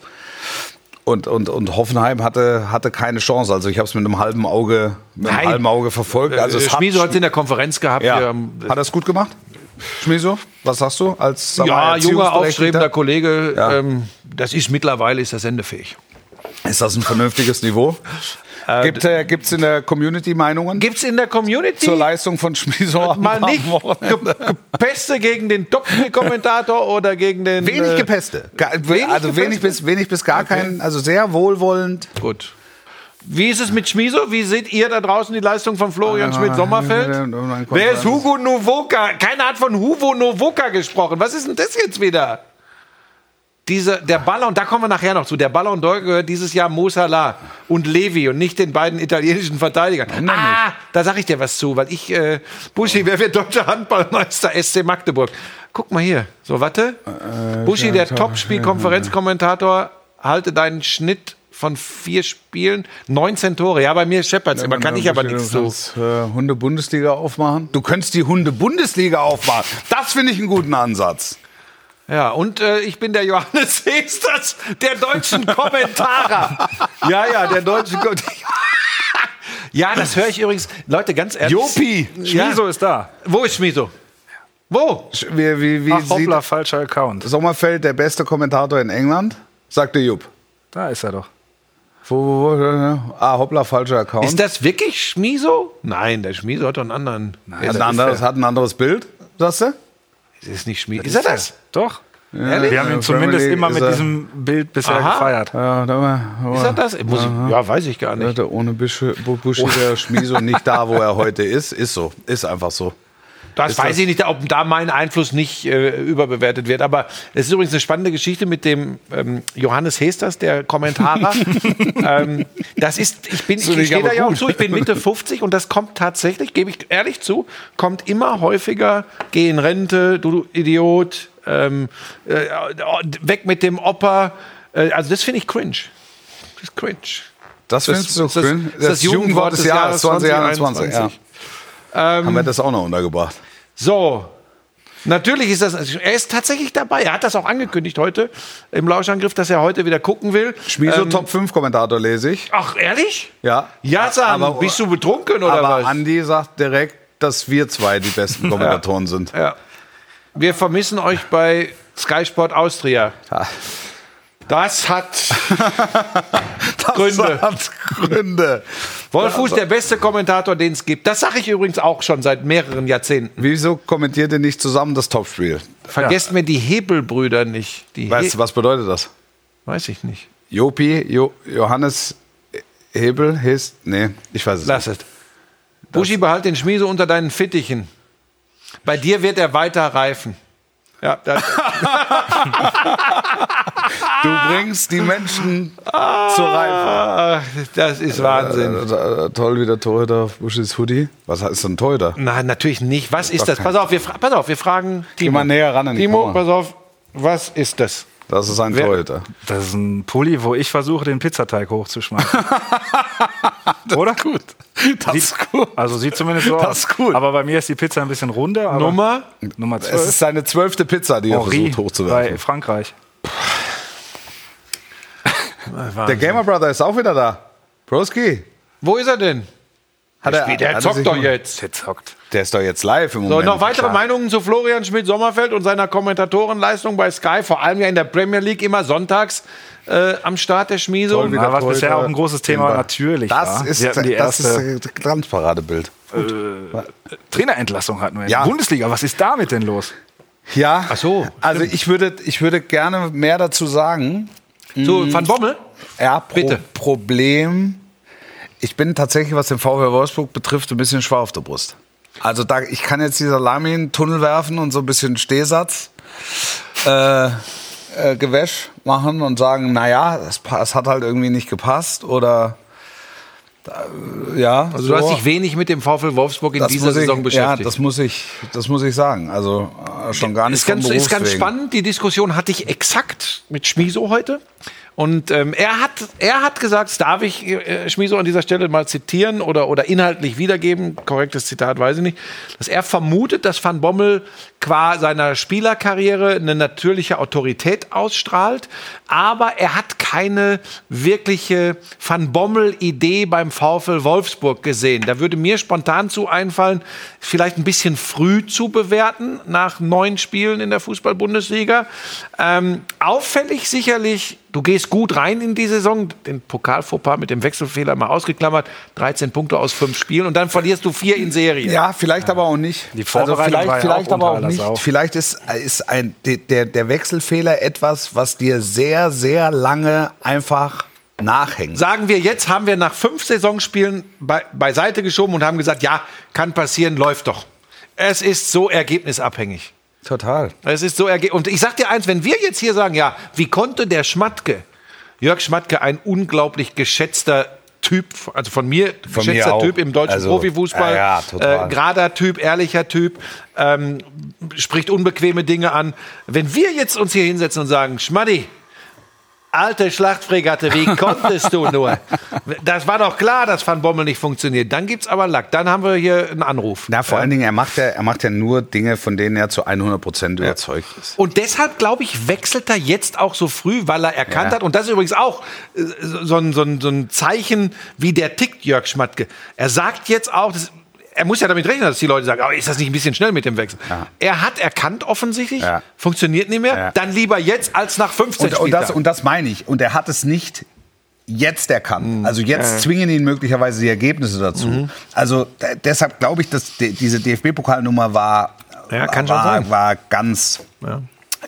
Speaker 3: Und, und, und Hoffenheim hatte, hatte keine Chance. Also ich habe es mit einem halben Auge, mit einem
Speaker 1: Nein. Äh,
Speaker 3: halben Auge verfolgt. Also es hat,
Speaker 1: Schmieso hat es in der Konferenz gehabt.
Speaker 3: ja.
Speaker 1: ähm,
Speaker 3: hat er es gut gemacht? Schmiso, was sagst du? Als sag
Speaker 1: ja,
Speaker 3: mal,
Speaker 1: junger, aufstrebender
Speaker 3: Erziehungsberechtigter?
Speaker 1: Kollege,
Speaker 3: Ja.
Speaker 1: ähm, das ist mittlerweile, ist er sendefähig.
Speaker 3: Ist das ein vernünftiges Niveau? Gibt es in der Community Meinungen
Speaker 1: Äh, Gibt's in der Community
Speaker 3: zur Leistung von Schmieso am-
Speaker 1: mal
Speaker 3: am
Speaker 1: nicht
Speaker 3: Wochenende?
Speaker 1: ge- Gepeste gegen den Doppelkommentator oder gegen den.
Speaker 3: Wenig
Speaker 1: äh,
Speaker 3: gepestet. Gar,
Speaker 1: wenig
Speaker 3: also wenig bis,
Speaker 1: gepestet?
Speaker 3: wenig bis gar kein, also sehr wohlwollend.
Speaker 1: Gut. Wie ist es mit Schmieso? Wie seht ihr da draußen die Leistung von Florian Schmidt-Sommerfeld? Wer ist Hugo Novoka? Keiner hat von Hugo Novoka gesprochen. Was ist denn das jetzt wieder? Diese, der Ballon, da kommen wir nachher noch zu. Der Ballon d'Or gehört dieses Jahr Mo Salah und Levi und nicht den beiden italienischen Verteidigern. Ah, da sag ich dir was zu, weil ich, äh, Buschi, wer wird deutscher Handballmeister SC Magdeburg? Guck mal hier. So, warte. Buschi, der Topspielkonferenzkommentator, halte deinen Schnitt von vier Spielen, 19 Tore. Ja, bei mir scheppert's immer, kann ich aber nichts zu.
Speaker 3: äh, Hunde-Bundesliga aufmachen? Du könntest die Hunde-Bundesliga aufmachen. Das finde ich einen guten Ansatz.
Speaker 1: Ja, und äh, ich bin der Johannes Hesters der deutschen Kommentarer. ja, ja, der deutschen Ko Ja, das höre ich übrigens. Leute, ganz ehrlich.
Speaker 3: Jopi!
Speaker 1: Ja.
Speaker 4: Schmiso ist da.
Speaker 1: Wo ist Schmiso? Wo?
Speaker 3: Wie, wie, wie
Speaker 4: Ach, hoppla,
Speaker 3: sieht
Speaker 4: falscher Account.
Speaker 3: Sommerfeld, der beste Kommentator in England? Sagte Jupp.
Speaker 4: Da ist er doch.
Speaker 3: Wo, wo, wo, wo, ah, hoppla, falscher Account.
Speaker 1: Ist das wirklich Schmiso? Nein, der Schmiso hat doch einen anderen. Nein,
Speaker 3: hat, ein anderes, hat ein anderes Bild, sagst du?
Speaker 1: Äh, ist nicht Schmiso. Ist er das?
Speaker 4: Doch.
Speaker 1: Ehrlich?
Speaker 4: Wir haben
Speaker 3: Ja,
Speaker 4: ihn
Speaker 3: Premier
Speaker 4: zumindest
Speaker 3: League
Speaker 4: immer
Speaker 3: ist
Speaker 4: mit
Speaker 3: er-
Speaker 4: diesem Bild bisher
Speaker 1: Aha.
Speaker 4: gefeiert.
Speaker 3: Ja, da war,
Speaker 1: Ist er das? Muss ich, ja, weiß ich gar nicht.
Speaker 3: Leute, ohne Buschi, Buschi wäre Schmieso nicht da, wo er heute ist. Ist so. Ist einfach so.
Speaker 1: Das weiß ich nicht, ob da mein Einfluss nicht äh, überbewertet wird. Aber es ist übrigens eine spannende Geschichte mit dem ähm, Johannes Hesters, der Kommentarer. ähm, das ist, ich bin, ich,
Speaker 3: nicht,
Speaker 1: ich stehe
Speaker 3: aber
Speaker 1: da ja auch
Speaker 3: gut.
Speaker 1: zu, ich bin Mitte 50 und das kommt tatsächlich, gebe ich ehrlich zu, kommt immer häufiger, geh in Rente, du Idiot, ähm, äh, weg mit dem Opa. Äh, also das finde ich cringe. Das ist cringe.
Speaker 3: Das findest du
Speaker 1: ist das-
Speaker 3: schön?
Speaker 1: ist das Jugendwort des Jahres
Speaker 3: 2021.
Speaker 1: 2021.
Speaker 3: Ja. Ähm, Haben wir das auch noch untergebracht?
Speaker 1: So. Natürlich ist das, also er ist tatsächlich dabei. Er hat das auch angekündigt heute im Lauschangriff, dass er heute wieder gucken will.
Speaker 3: Schmieso
Speaker 1: Ähm,
Speaker 3: Top 5 Kommentator lese ich.
Speaker 1: Ach, ehrlich?
Speaker 3: Ja.
Speaker 1: Ja, Sam,
Speaker 3: Aber-
Speaker 1: bist du betrunken oder
Speaker 3: Aber
Speaker 1: was?
Speaker 3: Andi sagt direkt, dass wir zwei die besten Kommentatoren sind.
Speaker 1: ja. Wir vermissen euch bei Sky Sport Austria. Das hat
Speaker 3: Das
Speaker 1: Gründe.
Speaker 3: hat Gründe.
Speaker 1: Wolfuß der beste Kommentator, den es gibt. Das sage ich übrigens auch schon seit mehreren Jahrzehnten.
Speaker 3: Wieso kommentiert ihr nicht zusammen das Topspiel?
Speaker 1: Vergesst mir die Hebelbrüder nicht. Die
Speaker 3: Weißt du,
Speaker 1: He-
Speaker 3: was bedeutet das?
Speaker 1: Weiß ich nicht.
Speaker 3: Jopi, jo Johannes Hebel, Hest, nee, ich weiß es
Speaker 1: Lass
Speaker 3: nicht.
Speaker 1: es. Buschi, behalt den Schmiese unter deinen Fittichen. Bei dir wird er weiter reifen. Ja, das,
Speaker 3: Du bringst die Menschen zur Reife.
Speaker 1: ah, das ist Wahnsinn.
Speaker 3: Äh, äh, Toll, wie der Torhüter auf Buschis Hoodie. Was heißt denn Torhüter?
Speaker 1: Nein, natürlich nicht. Was ist
Speaker 3: doch
Speaker 1: das? Pass auf, wir, fra pass auf, wir fragen Timo.
Speaker 3: mal näher ran an die
Speaker 1: Timo,
Speaker 3: Kamera.
Speaker 1: pass auf, was ist das?
Speaker 3: Das ist ein
Speaker 1: Wer-
Speaker 3: Torhüter.
Speaker 4: Das ist ein Pulli, wo ich versuche, den Pizzateig hochzuschmeißen. Oder? Gut.
Speaker 3: Das
Speaker 4: sieht, Also sieht zumindest so
Speaker 3: Das
Speaker 4: aus.
Speaker 3: ist gut.
Speaker 4: Aber bei mir ist die Pizza ein bisschen runder. Aber
Speaker 1: Nummer?
Speaker 4: Nummer
Speaker 3: Es
Speaker 4: 12.
Speaker 3: ist seine zwölfte Pizza, die er
Speaker 4: Henri
Speaker 3: versucht hochzuwerfen.
Speaker 4: bei Frankreich.
Speaker 3: Der Gamer Brother ist auch wieder da. Broski.
Speaker 1: Wo ist er denn?
Speaker 3: Hat er,
Speaker 1: Der
Speaker 3: hat er sich
Speaker 1: zockt doch
Speaker 3: mal-
Speaker 1: jetzt.
Speaker 4: Der zockt.
Speaker 3: Der ist doch jetzt live im
Speaker 1: So,
Speaker 3: Moment.
Speaker 1: noch weitere
Speaker 3: Klar.
Speaker 1: Meinungen zu Florian Schmidt-Sommerfeld und seiner Kommentatorenleistung bei Sky, vor allem ja in der Premier League immer sonntags äh, am Start der Schmiese.
Speaker 3: Toll, wie der
Speaker 4: Aber was
Speaker 3: Torhüter
Speaker 4: bisher auch ein großes Thema
Speaker 3: den Ball-
Speaker 4: natürlich
Speaker 3: Das
Speaker 4: war.
Speaker 3: ist,
Speaker 4: Wir hatten die
Speaker 3: das
Speaker 4: erste-
Speaker 3: ist das Glanzparadebild.
Speaker 4: Trainerentlassung hatten wir in
Speaker 3: Äh, Ja.
Speaker 4: der Bundesliga. Was ist damit denn los?
Speaker 3: Ja.
Speaker 1: Ach so,
Speaker 3: Also ich würde, ich würde gerne mehr dazu sagen.
Speaker 1: Zu Van Bommel?
Speaker 3: Ja, Pro
Speaker 1: Bitte.
Speaker 3: Problem. Ich bin tatsächlich, was den VfL Wolfsburg betrifft, ein bisschen schwer auf der Brust. Also da, ich kann jetzt die Salami in den Tunnel werfen und so ein bisschen Stehsatz, äh, äh, Gewäsch machen und sagen, naja, es, pa- es hat halt irgendwie nicht gepasst oder äh, ja.
Speaker 1: Also, du hast dich wenig mit dem VfL Wolfsburg in dieser
Speaker 3: muss ich,
Speaker 1: Saison beschäftigt.
Speaker 3: Ja, das muss ich, das muss ich sagen. Also äh, schon gar nicht
Speaker 1: ist ganz,
Speaker 3: vom
Speaker 1: ist ganz
Speaker 3: Berufswegen.
Speaker 1: spannend. Die Diskussion hatte ich exakt mit Schmiso heute. Und ähm, er, hat, er hat gesagt, das darf ich äh, Schmiso an dieser Stelle mal zitieren oder, oder inhaltlich wiedergeben, korrektes Zitat weiß ich nicht, dass er vermutet, dass Van Bommel qua seiner Spielerkarriere eine natürliche Autorität ausstrahlt, aber er hat keine wirkliche Van Bommel-Idee beim VfL Wolfsburg gesehen. Da würde mir spontan zu einfallen, vielleicht ein bisschen früh zu bewerten nach neun Spielen in der Fußball-Bundesliga. Ähm, auffällig sicherlich du gehst gut rein in die Saison, den Pokalfauxpas mit dem Wechselfehler mal ausgeklammert, 13 Punkte aus fünf Spielen und dann verlierst du vier in Serie.
Speaker 3: Ja, vielleicht aber auch nicht. Also
Speaker 4: Die Vorbereitung
Speaker 3: vielleicht
Speaker 4: war ja
Speaker 3: vielleicht
Speaker 4: auch
Speaker 3: aber auch
Speaker 4: unter aller
Speaker 3: nicht.
Speaker 4: Sau.
Speaker 3: Vielleicht ist, ist ein, de- der, der Wechselfehler etwas, was dir sehr, sehr lange einfach nachhängt.
Speaker 1: Sagen wir jetzt, haben wir nach fünf Saisonspielen bei, beiseite geschoben und haben gesagt, ja, kann passieren, läuft doch. Es ist so ergebnisabhängig.
Speaker 3: Total.
Speaker 1: Es ist so erge und ich sag dir eins, wenn wir jetzt hier sagen, ja, wie konnte der Schmatke, Jörg Schmatke, ein unglaublich geschätzter Typ, also von mir
Speaker 3: Von mir
Speaker 1: geschätzter
Speaker 3: auch.
Speaker 1: Typ im deutschen
Speaker 3: Also,
Speaker 1: Profifußball,
Speaker 3: ja, ja, total.
Speaker 1: äh, gerader Typ, ehrlicher Typ, ähm, spricht unbequeme Dinge an. Wenn wir jetzt uns hier hinsetzen und sagen, Schmatti, alte Schlachtfregatte, wie konntest du nur? Das war doch klar, dass Van Bommel nicht funktioniert. Dann gibt's aber Lack. Dann haben wir hier einen Anruf. Ähm,
Speaker 3: Na, vor allen Dingen, er macht, ja, er macht ja nur Dinge, von denen er zu 100 Prozent überzeugt ist.
Speaker 1: Und deshalb, glaube ich, wechselt er jetzt auch so früh, weil er erkannt
Speaker 3: Ja.
Speaker 1: hat. Und das ist übrigens auch äh, so ein, so, ein, so ein Zeichen, wie der tickt, Jörg Schmatke. Er sagt jetzt auch, das, er muss ja damit rechnen, dass die Leute sagen, aber ist das nicht ein bisschen schnell mit dem Wechsel? Er hat erkannt offensichtlich,
Speaker 3: Ja.
Speaker 1: funktioniert nicht mehr.
Speaker 3: Ja.
Speaker 1: Dann lieber jetzt als nach 15
Speaker 3: Und, und, das, und das meine ich. Und er hat es nicht jetzt
Speaker 1: Mhm.
Speaker 3: erkannt. Also jetzt zwingen ihn möglicherweise die Ergebnisse dazu. Also d- deshalb glaube ich, dass de- diese DFB-Pokalnummer war,
Speaker 1: Ja, kann schon
Speaker 3: war,
Speaker 1: sein.
Speaker 3: war ganz.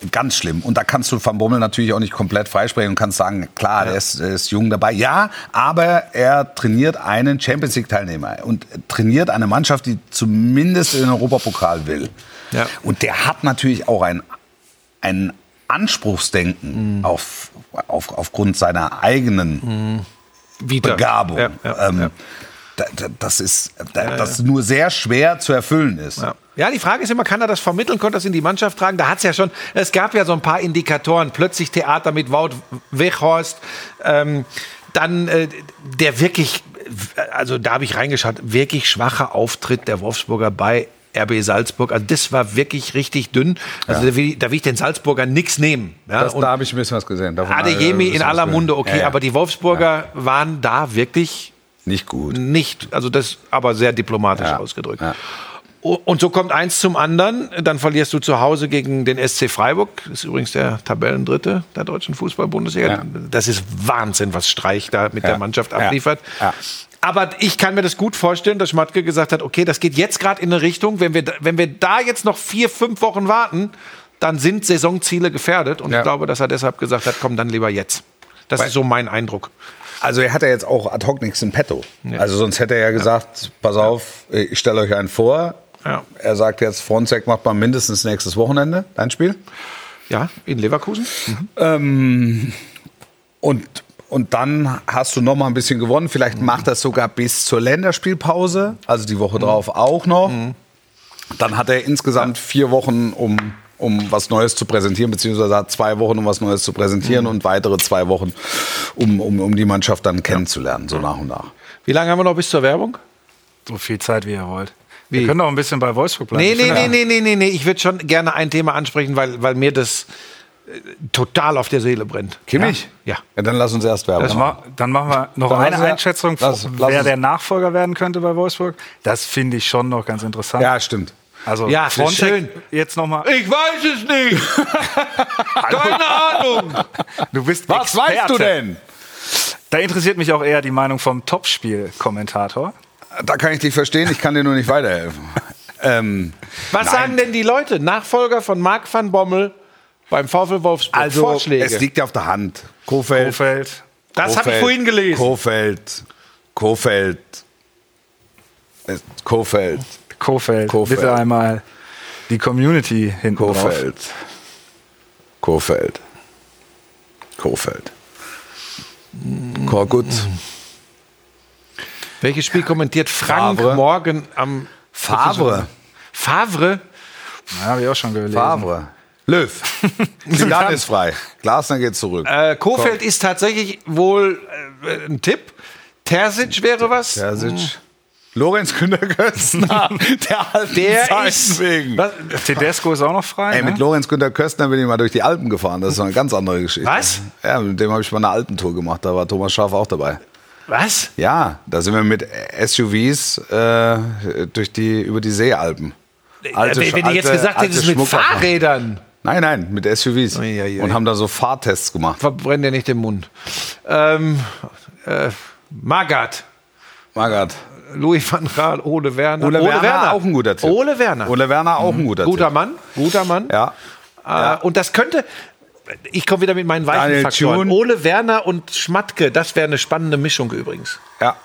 Speaker 3: Ganz schlimm. Und da kannst du Van Bommel natürlich auch nicht komplett freisprechen und kannst sagen, klar, der, ist, der ist jung dabei. Ja, aber er trainiert einen Champions League-Teilnehmer und trainiert eine Mannschaft, die zumindest in den Europapokal will.
Speaker 1: Ja.
Speaker 3: Und der hat natürlich auch ein ein Anspruchsdenken auf, auf, aufgrund seiner eigenen
Speaker 1: Vita.
Speaker 3: Begabung.
Speaker 1: Ja, ja,
Speaker 3: ähm,
Speaker 1: ja.
Speaker 3: Da, da, das ist da, das nur sehr schwer zu erfüllen ist.
Speaker 1: Ja. Ja, die Frage ist immer, kann er das vermitteln, konnte das in die Mannschaft tragen? Da hat es ja schon, es gab ja so ein paar Indikatoren. Plötzlich Theater mit Wout Weghorst, ähm, dann äh, der wirklich, also da habe ich reingeschaut, wirklich schwache Auftritt der Wolfsburger bei RB Salzburg. Also das war wirklich richtig dünn. Also da, will, da will ich den Salzburgern nichts nehmen. Ja?
Speaker 3: Das-
Speaker 1: Und
Speaker 3: habe ich ein bisschen was gesehen. Davon habe ich ein
Speaker 1: Adeyemi in
Speaker 3: bisschen was
Speaker 1: aller
Speaker 3: gesehen.
Speaker 1: Munde, okay,
Speaker 3: Ja, ja.
Speaker 1: aber die Wolfsburger waren da wirklich
Speaker 3: Nicht gut.
Speaker 1: nicht. Also das aber sehr diplomatisch
Speaker 3: Ja,
Speaker 1: ausgedrückt.
Speaker 3: ja.
Speaker 1: O- Und so kommt eins zum anderen. Dann verlierst du zu Hause gegen den SC Freiburg. Das ist übrigens der Tabellendritte der deutschen Fußball-Bundesliga.
Speaker 3: Ja.
Speaker 1: Das ist Wahnsinn, was Streich da mit
Speaker 3: Ja.
Speaker 1: der Mannschaft
Speaker 3: Ja.
Speaker 1: abliefert.
Speaker 3: Ja.
Speaker 1: Aber ich kann mir das gut vorstellen, dass Schmatke gesagt hat, okay, das geht jetzt gerade in eine Richtung. Wenn wir, da- wenn wir da jetzt noch vier, fünf Wochen warten, dann sind Saisonziele gefährdet. Und
Speaker 3: Ja.
Speaker 1: ich glaube, dass er deshalb gesagt hat, komm, dann lieber jetzt. Das ist so mein Eindruck.
Speaker 3: Also er hat ja jetzt auch ad hoc nichts in petto. Also sonst hätte er ja gesagt, pass auf, ich stelle euch einen vor.
Speaker 1: Ja.
Speaker 3: Er sagt jetzt, Fronzek macht mal mindestens nächstes Wochenende dein Spiel.
Speaker 1: Ja, in Leverkusen.
Speaker 3: Ähm, und, und dann hast du noch mal ein bisschen gewonnen. Vielleicht macht das sogar bis zur Länderspielpause, also die Woche drauf auch noch. Dann hat er insgesamt vier Wochen, um, um was Neues zu präsentieren, beziehungsweise hat zwei Wochen, um was Neues zu präsentieren und weitere zwei Wochen, um, um, um die Mannschaft dann kennenzulernen, so nach und nach.
Speaker 1: Wie lange haben wir noch bis zur Werbung?
Speaker 4: So viel Zeit, wie ihr wollt.
Speaker 1: Wie?
Speaker 4: Wir können noch ein bisschen bei Wolfsburg bleiben.
Speaker 1: Nee,
Speaker 4: Ich
Speaker 1: nee,
Speaker 4: finde,
Speaker 1: nee, nee, nee, nee, nee. Ich würde schon gerne ein Thema ansprechen, weil, weil mir das äh, total auf der Seele brennt.
Speaker 3: Kimmich?
Speaker 1: Ja.
Speaker 3: ja dann lass uns erst Werbung
Speaker 4: Dann, ma dann machen wir noch
Speaker 3: Dann
Speaker 4: eine
Speaker 3: lass-
Speaker 4: Einschätzung,
Speaker 3: lass- lass
Speaker 4: wer
Speaker 3: uns-
Speaker 4: der Nachfolger werden könnte bei Wolfsburg. Das finde ich schon noch ganz interessant.
Speaker 3: Ja, Äh, stimmt.
Speaker 4: also
Speaker 1: Ja, das ist
Speaker 4: Frontex
Speaker 1: schön.
Speaker 4: jetzt nochmal.
Speaker 1: Ich weiß es nicht. Keine Ahnung.
Speaker 4: Du bist
Speaker 3: Was
Speaker 4: Experte.
Speaker 3: weißt du denn?
Speaker 4: Da interessiert mich auch eher die Meinung vom Topspiel-Kommentator.
Speaker 3: Da kann ich dich verstehen, ich kann dir nur nicht weiterhelfen. ähm,
Speaker 1: Was sagen denn die Leute? Nachfolger von Marc van Bommel beim VfL Wolfsburg.
Speaker 3: Also,
Speaker 1: Vorschläge.
Speaker 3: es liegt ja auf der Hand. Kofeld.
Speaker 4: Hofeld.
Speaker 1: das habe ich
Speaker 3: Kofeld,
Speaker 1: vorhin gelesen.
Speaker 3: Kofeld. Kofeld. äh, Kofeld.
Speaker 4: Kofeld.
Speaker 3: Kofeld.
Speaker 4: Bitte einmal die Community hinten drauf.
Speaker 3: Kofeld. Kofeld. Kofeld. Korkut.
Speaker 1: Welches Spiel kommentiert Frank
Speaker 3: Favre.
Speaker 1: morgen am
Speaker 3: Favre.
Speaker 1: Favre?
Speaker 4: Ja, habe ich auch schon gelesen.
Speaker 3: Favre. Löw. Zidane ist frei. Glasner geht zurück.
Speaker 1: Äh, Kofeld ist tatsächlich wohl äh, ein Tipp. Terzic wäre was.
Speaker 3: Terzic. Lorenz Günter-Köstner. Der alten
Speaker 1: Der
Speaker 3: Zeiten
Speaker 1: ist.
Speaker 3: wegen.
Speaker 1: Was?
Speaker 4: Tedesco ist auch noch frei.
Speaker 3: Ey, mit
Speaker 4: ne?
Speaker 3: Lorenz Günter Köstner bin ich mal durch die Alpen gefahren. Das ist eine ganz andere Geschichte.
Speaker 1: Was?
Speaker 3: Ja, mit dem habe ich mal eine Alpentour gemacht. Da war Thomas Schaaf auch dabei.
Speaker 1: Was?
Speaker 3: Ja, da sind wir mit SUVs äh, durch die, über die Seealpen.
Speaker 1: Wenn- wenn du jetzt
Speaker 3: alte-
Speaker 1: gesagt
Speaker 3: alte
Speaker 1: hättest, mit
Speaker 3: Schmucker-
Speaker 1: Fahrrädern.
Speaker 3: Nein, nein, mit SUVs.
Speaker 1: Ei, ei, ei.
Speaker 3: Und haben da so Fahrtests gemacht.
Speaker 1: Verbrennt dir nicht den Mund. Ähm, äh, Magath,
Speaker 3: Margaret.
Speaker 1: Louis van Gaal, Ole Werner.
Speaker 3: Ole Werner, auch ein guter Tipp.
Speaker 1: Ole Werner. Mhm.
Speaker 3: Ole Werner auch ein guter,
Speaker 1: guter
Speaker 3: Tipp.
Speaker 1: Mann, guter Mann.
Speaker 3: Ja.
Speaker 1: Äh, Und das könnte. Ich komme wieder mit meinen weichen
Speaker 3: Daniel
Speaker 1: Faktoren.
Speaker 3: Thune.
Speaker 1: Ole Werner und Schmatke, das wäre eine spannende Mischung übrigens.
Speaker 3: Ja.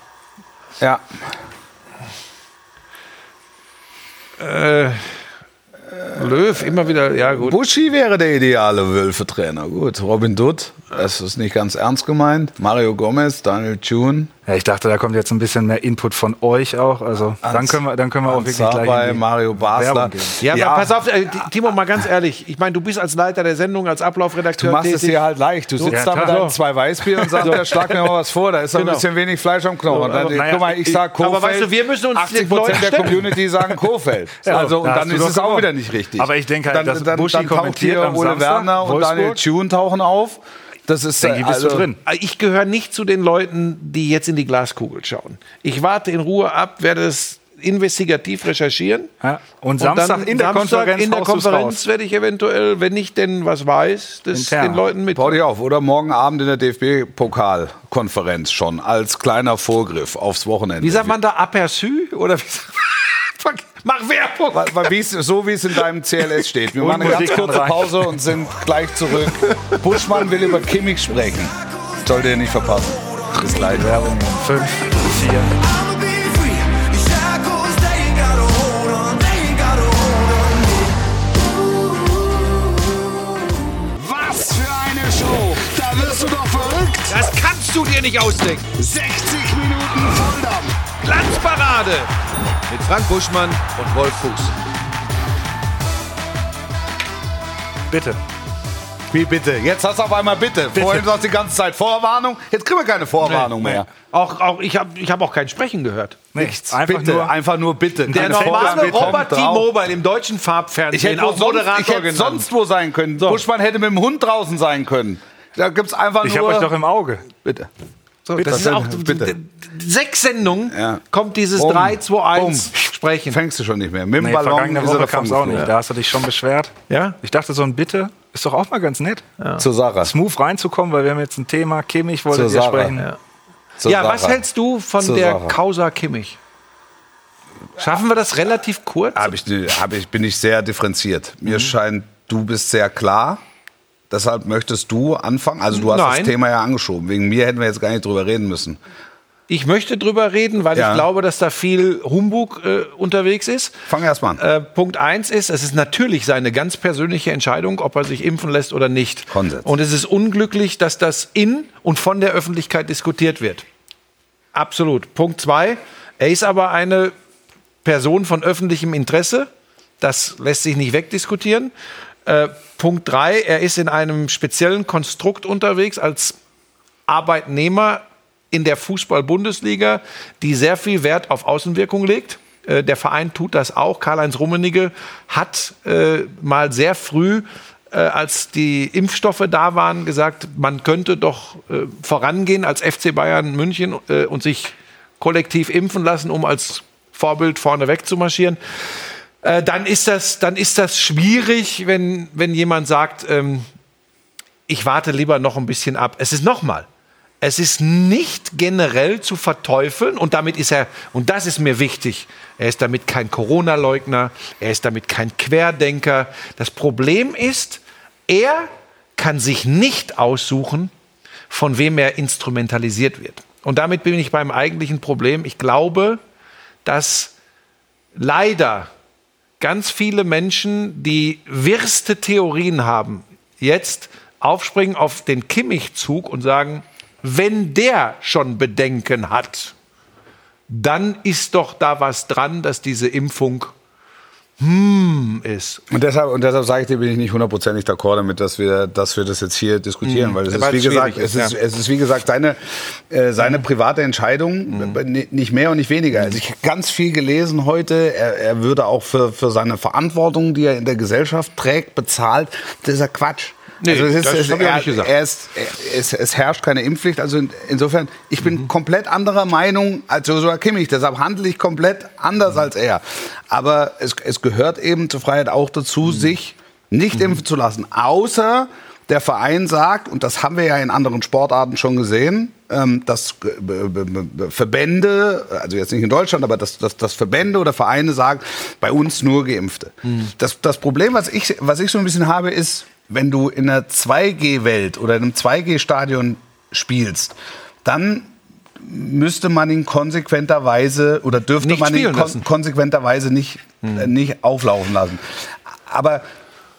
Speaker 3: Ja.
Speaker 1: Löw, immer wieder, ja gut.
Speaker 3: Buschi wäre der ideale Wölfe-Trainer. Gut. Robin Dutt, das ist nicht ganz ernst gemeint. Mario Gomez, Daniel Tune,
Speaker 4: Ja, ich dachte, da kommt jetzt ein bisschen mehr Input von euch auch. Also dann können wir, dann können wir auch wirklich gleich.
Speaker 3: bei
Speaker 4: in die
Speaker 3: Mario Basler.
Speaker 4: Werbung gehen.
Speaker 1: Ja, aber pass auf, äh, Timo, mal ganz ehrlich. Ich meine, du bist als Leiter der Sendung, als Ablaufredakteur
Speaker 3: Du machst es
Speaker 1: tätig.
Speaker 3: dir halt leicht. Du sitzt
Speaker 4: Ja,
Speaker 3: da mit
Speaker 4: klar.
Speaker 3: deinen zwei Weißbier und sagst, ja, schlag mir mal was vor. Da ist doch
Speaker 1: Genau.
Speaker 3: ein bisschen wenig Fleisch am Knochen. Und dann,
Speaker 4: aber- also, naja,
Speaker 3: guck mal, ich sag Kofeld.
Speaker 1: aber weißt du, wir müssen uns den
Speaker 3: 80
Speaker 1: Leuten
Speaker 3: Prozent der
Speaker 1: stellen.
Speaker 3: Community sagen Kofeld.
Speaker 4: Ja,
Speaker 3: also, und
Speaker 4: da hast
Speaker 3: dann
Speaker 4: du
Speaker 3: ist
Speaker 4: doch
Speaker 3: es auch
Speaker 4: gewonnen.
Speaker 3: wieder nicht richtig.
Speaker 4: Aber ich denke halt,
Speaker 3: dann,
Speaker 4: dass
Speaker 3: dann,
Speaker 4: Buschi
Speaker 3: dann taucht
Speaker 4: kommentiert
Speaker 3: hier
Speaker 4: am
Speaker 3: Ole
Speaker 4: Samstag,
Speaker 3: Werner und
Speaker 4: Wolfsburg.
Speaker 3: Daniel Thune tauchen auf. Das ist also,
Speaker 4: Denke, bist du drin.
Speaker 1: Ah, Ich gehöre nicht zu den Leuten, die jetzt in die Glaskugel schauen. Ich warte in Ruhe ab, werde es investigativ recherchieren.
Speaker 4: Ja. Und Samstag in der Konferenz
Speaker 1: in der
Speaker 4: haust du's
Speaker 1: Konferenz
Speaker 4: raus.
Speaker 1: werde ich eventuell, wenn ich denn was weiß, das
Speaker 4: Intern.
Speaker 1: den Leuten mit.
Speaker 3: Bau dich auf. Oder morgen Abend in der DFB-Pokalkonferenz schon als kleiner Vorgriff aufs Wochenende.
Speaker 1: Wie sagt man da aperçu oder wie sagt Fuck, Mach Werbung.
Speaker 3: Weil, weil wie's, so wie es in deinem CLS steht. Wir
Speaker 4: Und
Speaker 3: machen eine ganz
Speaker 4: Musik kann
Speaker 3: kurze
Speaker 4: rein.
Speaker 3: Pause und sind gleich zurück. Buschmann will über Kimmich sprechen. Solltet ihr nicht verpassen. Bis gleich.
Speaker 4: Werbung. Fünf, vier.
Speaker 6: I'ma be free. These shackles, they ain't got a hold on. They ain't got a hold on me.
Speaker 7: Was für eine Show! Da wirst du doch verrückt!
Speaker 1: Das kannst du dir nicht ausdenken.
Speaker 7: 60 Minuten Volldampf!
Speaker 1: Glanzparade mit Frank Buschmann und Wolf Fuchs.
Speaker 4: Bitte.
Speaker 3: Wie bitte? Jetzt hast du auf einmal bitte. Vorhin war es die ganze Zeit Vorwarnung. Jetzt kriegen wir keine Vorwarnung mehr.
Speaker 1: Auch, auch, ich habe ich hab auch kein Sprechen gehört.
Speaker 4: Nichts. Einfach
Speaker 3: bitte,
Speaker 4: nur.
Speaker 3: einfach nur bitte.
Speaker 1: Der
Speaker 3: Keine
Speaker 1: normale
Speaker 3: Vorwarnung. Kommt
Speaker 1: Robert
Speaker 3: drauf.
Speaker 1: T-Mobile im deutschen Farbfernsehen.
Speaker 3: Ich hätte, wo
Speaker 1: auch
Speaker 3: sonst, ich hätte
Speaker 1: genannt.
Speaker 3: sonst wo sein können. Buschmann hätte mit dem Hund draußen sein können. Da gibt es einfach
Speaker 4: Ich habe
Speaker 3: nur...
Speaker 4: euch doch im Auge.
Speaker 3: bitte.
Speaker 1: So, das ist
Speaker 3: Bitte.
Speaker 1: auch
Speaker 3: Bitte.
Speaker 1: sechs Sendungen
Speaker 3: Ja.
Speaker 1: kommt dieses
Speaker 3: Bumm.
Speaker 1: 3, 2, 1
Speaker 3: Bumm.
Speaker 1: sprechen.
Speaker 3: um. Fängst du schon nicht mehr. Mit dem
Speaker 4: Nee,
Speaker 3: Ballon
Speaker 4: vergangene
Speaker 3: ist er
Speaker 4: Woche kam
Speaker 3: davon
Speaker 4: es auch nicht.
Speaker 3: geflogen.
Speaker 4: Da hast du dich schon beschwert.
Speaker 1: Ja?
Speaker 4: Ich dachte, so ein Bitte ist doch auch mal ganz nett.
Speaker 3: Zur Sarah.
Speaker 4: Smooth reinzukommen, weil wir haben jetzt ein Thema. Kimmich wollte
Speaker 3: Zur
Speaker 4: wir
Speaker 3: Sarah.
Speaker 4: sprechen.
Speaker 1: Ja.
Speaker 3: Zur
Speaker 1: ja,
Speaker 3: Sarah.
Speaker 1: was hältst du von
Speaker 3: Zur
Speaker 1: der
Speaker 3: Sarah.
Speaker 1: Causa Kimmich? Schaffen wir das relativ kurz?
Speaker 3: Hab ich, hab ich, bin ich sehr differenziert. Mir scheint, du bist sehr klar. Deshalb möchtest du anfangen. Also du hast
Speaker 1: Nein.
Speaker 3: das Thema ja angeschoben. Wegen mir hätten wir jetzt gar nicht drüber reden müssen.
Speaker 1: Ich möchte drüber reden, weil
Speaker 3: Ja.
Speaker 1: ich glaube, dass da viel Humbug äh, unterwegs ist.
Speaker 3: Fang erst mal an.
Speaker 1: Äh, Punkt eins ist, es ist natürlich seine ganz persönliche Entscheidung, ob er sich impfen lässt oder nicht.
Speaker 3: Konsens.
Speaker 1: Und es ist unglücklich, dass das in und von der Öffentlichkeit diskutiert wird. Absolut. Punkt zwei, er ist aber eine Person von öffentlichem Interesse. Das lässt sich nicht wegdiskutieren. Äh, Punkt drei, er ist in einem speziellen Konstrukt unterwegs als Arbeitnehmer in der Fußball-Bundesliga, die sehr viel Wert auf Außenwirkung legt. Äh, Der Verein tut das auch. Karl-Heinz Rummenigge hat äh, mal sehr früh, äh, als die Impfstoffe da waren, gesagt, man könnte doch äh, vorangehen als FC Bayern München äh, und sich kollektiv impfen lassen, um als Vorbild vorne weg zu marschieren. Äh, dann, ist das, dann ist das schwierig, wenn, wenn jemand sagt, ähm, ich warte lieber noch ein bisschen ab. Es ist nochmal. Es ist nicht generell zu verteufeln und damit ist er, und das ist mir wichtig, er ist damit kein Corona-Leugner, er ist damit kein Querdenker. Das Problem ist, er kann sich nicht aussuchen, von wem er instrumentalisiert wird. Und damit bin ich beim eigentlichen Problem. Ich glaube, dass leider ganz viele Menschen, die wirste Theorien haben, jetzt aufspringen auf den Kimmich-Zug und sagen, wenn der schon Bedenken hat, dann ist doch da was dran, dass diese Impfung hm ist.
Speaker 3: Und deshalb, und deshalb sage ich dir, bin ich nicht hundertprozentig d'accord damit, dass wir, dass wir das jetzt hier diskutieren, Mhm. weil es ist,
Speaker 1: weil
Speaker 3: wie
Speaker 1: es schwierig
Speaker 3: gesagt, es, ist,
Speaker 1: ist,
Speaker 3: es ist wie gesagt seine, äh, seine private Entscheidung, n- nicht mehr und nicht weniger. Also ich habe ganz viel gelesen heute, er, er würde auch für, für seine Verantwortung, die er in der Gesellschaft trägt, bezahlt. Das ist ja Quatsch. Also,
Speaker 1: Nee,
Speaker 3: es
Speaker 1: das hab ich auch
Speaker 3: er,
Speaker 1: nicht gesagt.
Speaker 3: Er ist, er, es, es herrscht keine Impfpflicht. Also in, insofern, ich bin komplett anderer Meinung als Joshua Kimmich. Deshalb handle ich komplett anders als er. Aber es, es gehört eben zur Freiheit auch dazu, sich nicht impfen zu lassen. Außer der Verein sagt, und das haben wir ja in anderen Sportarten schon gesehen, ähm, dass äh, b- b- b- Verbände, also jetzt nicht in Deutschland, aber dass, dass, dass Verbände oder Vereine sagen, bei uns nur Geimpfte. Das, das Problem, was ich, was ich so ein bisschen habe, ist, wenn du in einer 2G-Welt oder in einem 2G-Stadion spielst, dann müsste man ihn konsequenterweise oder dürfte
Speaker 1: Nicht
Speaker 3: man ihn
Speaker 1: spielen
Speaker 3: kon
Speaker 1: lassen.
Speaker 3: konsequenterweise nicht, äh, nicht auflaufen lassen. Aber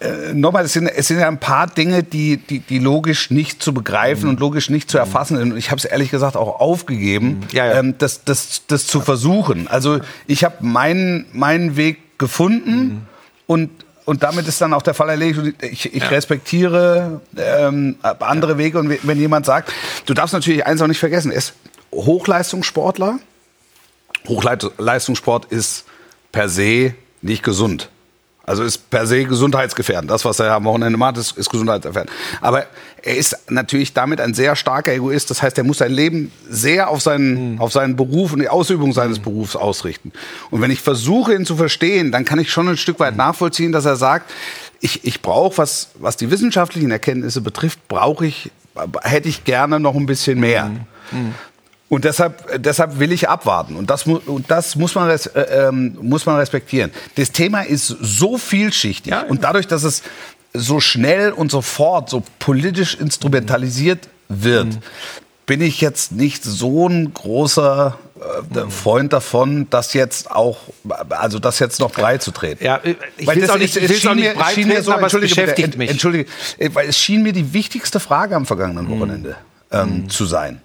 Speaker 3: äh, nochmal, es sind, es sind ja ein paar Dinge, die, die, die logisch nicht zu begreifen
Speaker 1: Mhm.
Speaker 3: und logisch nicht zu erfassen sind. Und ich habe es ehrlich gesagt auch aufgegeben,
Speaker 1: Mhm. Ja, ja.
Speaker 3: Ähm, das, das, das zu versuchen. Also ich habe meinen, meinen Weg gefunden
Speaker 1: Mhm.
Speaker 3: und, und damit ist dann auch der Fall erledigt. Und Ich, ich respektiere ähm, andere Wege. Und wenn jemand sagt, du darfst natürlich eins auch nicht vergessen, er ist Hochleistungssportler. Hochleistungssport ist per se nicht gesund. Also ist per se gesundheitsgefährdend. Das, was er am Wochenende macht, ist, ist gesundheitsgefährdend. Aber er ist natürlich damit ein sehr starker Egoist. Das heißt, er muss sein Leben sehr auf seinen, auf seinen Beruf und die Ausübung seines Berufs ausrichten. Und wenn ich versuche, ihn zu verstehen, dann kann ich schon ein Stück weit nachvollziehen, dass er sagt, ich, ich brauche, was, was die wissenschaftlichen Erkenntnisse betrifft, brauche ich, hätte ich gerne noch ein bisschen mehr. Und deshalb, deshalb will ich abwarten. Und das, mu- und das muss, man res, äh, ähm, muss man respektieren. Das Thema ist so vielschichtig.
Speaker 1: Ja, ja.
Speaker 3: Und dadurch, dass es so schnell und sofort so politisch instrumentalisiert wird,
Speaker 1: Mhm.
Speaker 3: bin ich jetzt nicht so ein großer
Speaker 1: Mhm.
Speaker 3: äh, Freund davon, das jetzt auch, also das jetzt noch breit zu treten.
Speaker 1: Ja, äh, ich
Speaker 3: Weil
Speaker 1: will's
Speaker 3: das
Speaker 1: auch
Speaker 3: ist-
Speaker 1: nicht-
Speaker 3: es
Speaker 1: ich will's
Speaker 3: schien
Speaker 1: auch nicht
Speaker 3: mir- es
Speaker 1: breit
Speaker 3: schien mir
Speaker 1: treten, aber es
Speaker 3: entschuldige bitte,
Speaker 1: beschäftigt
Speaker 3: ent-
Speaker 1: mich.
Speaker 3: Entschuldige, äh, weil es schien mir die wichtigste Frage am vergangenen
Speaker 1: Mhm.
Speaker 3: Wochenende ähm, zu sein.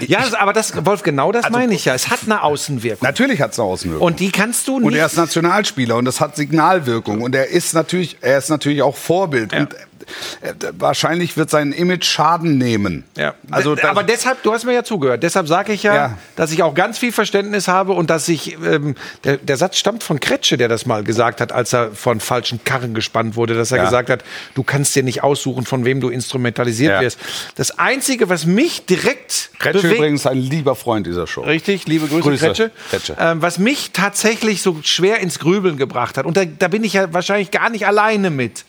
Speaker 1: Ja, das- aber das, Wolf, genau das meine ich ja. Es hat eine Außenwirkung.
Speaker 3: Natürlich hat es eine Außenwirkung.
Speaker 1: Und die kannst du nicht.
Speaker 3: Und er ist Nationalspieler und das hat Signalwirkung und er ist natürlich, er ist natürlich auch Vorbild und äh, äh, wahrscheinlich wird sein Image Schaden nehmen.
Speaker 1: Ja.
Speaker 3: Also
Speaker 1: D- aber deshalb, du hast mir ja zugehört, deshalb sage ich ja,
Speaker 3: Ja.
Speaker 1: dass ich auch ganz viel Verständnis habe und dass ich, ähm, der, der Satz stammt von Kretsche, der das mal gesagt hat, als er von falschen Karren gespannt wurde, dass er
Speaker 3: Ja.
Speaker 1: gesagt hat, du kannst dir nicht aussuchen, von wem du instrumentalisiert
Speaker 3: Ja.
Speaker 1: wirst. Das Einzige, was mich direkt
Speaker 3: Kretsche
Speaker 1: bewegt,
Speaker 3: übrigens ein lieber Freund dieser Show.
Speaker 1: Richtig, liebe Grüße,
Speaker 3: Grüße,
Speaker 1: Kretsche.
Speaker 3: Kretsche.
Speaker 1: Ähm, was mich tatsächlich so schwer ins Grübeln gebracht hat, und da, da bin ich ja wahrscheinlich gar nicht alleine mit,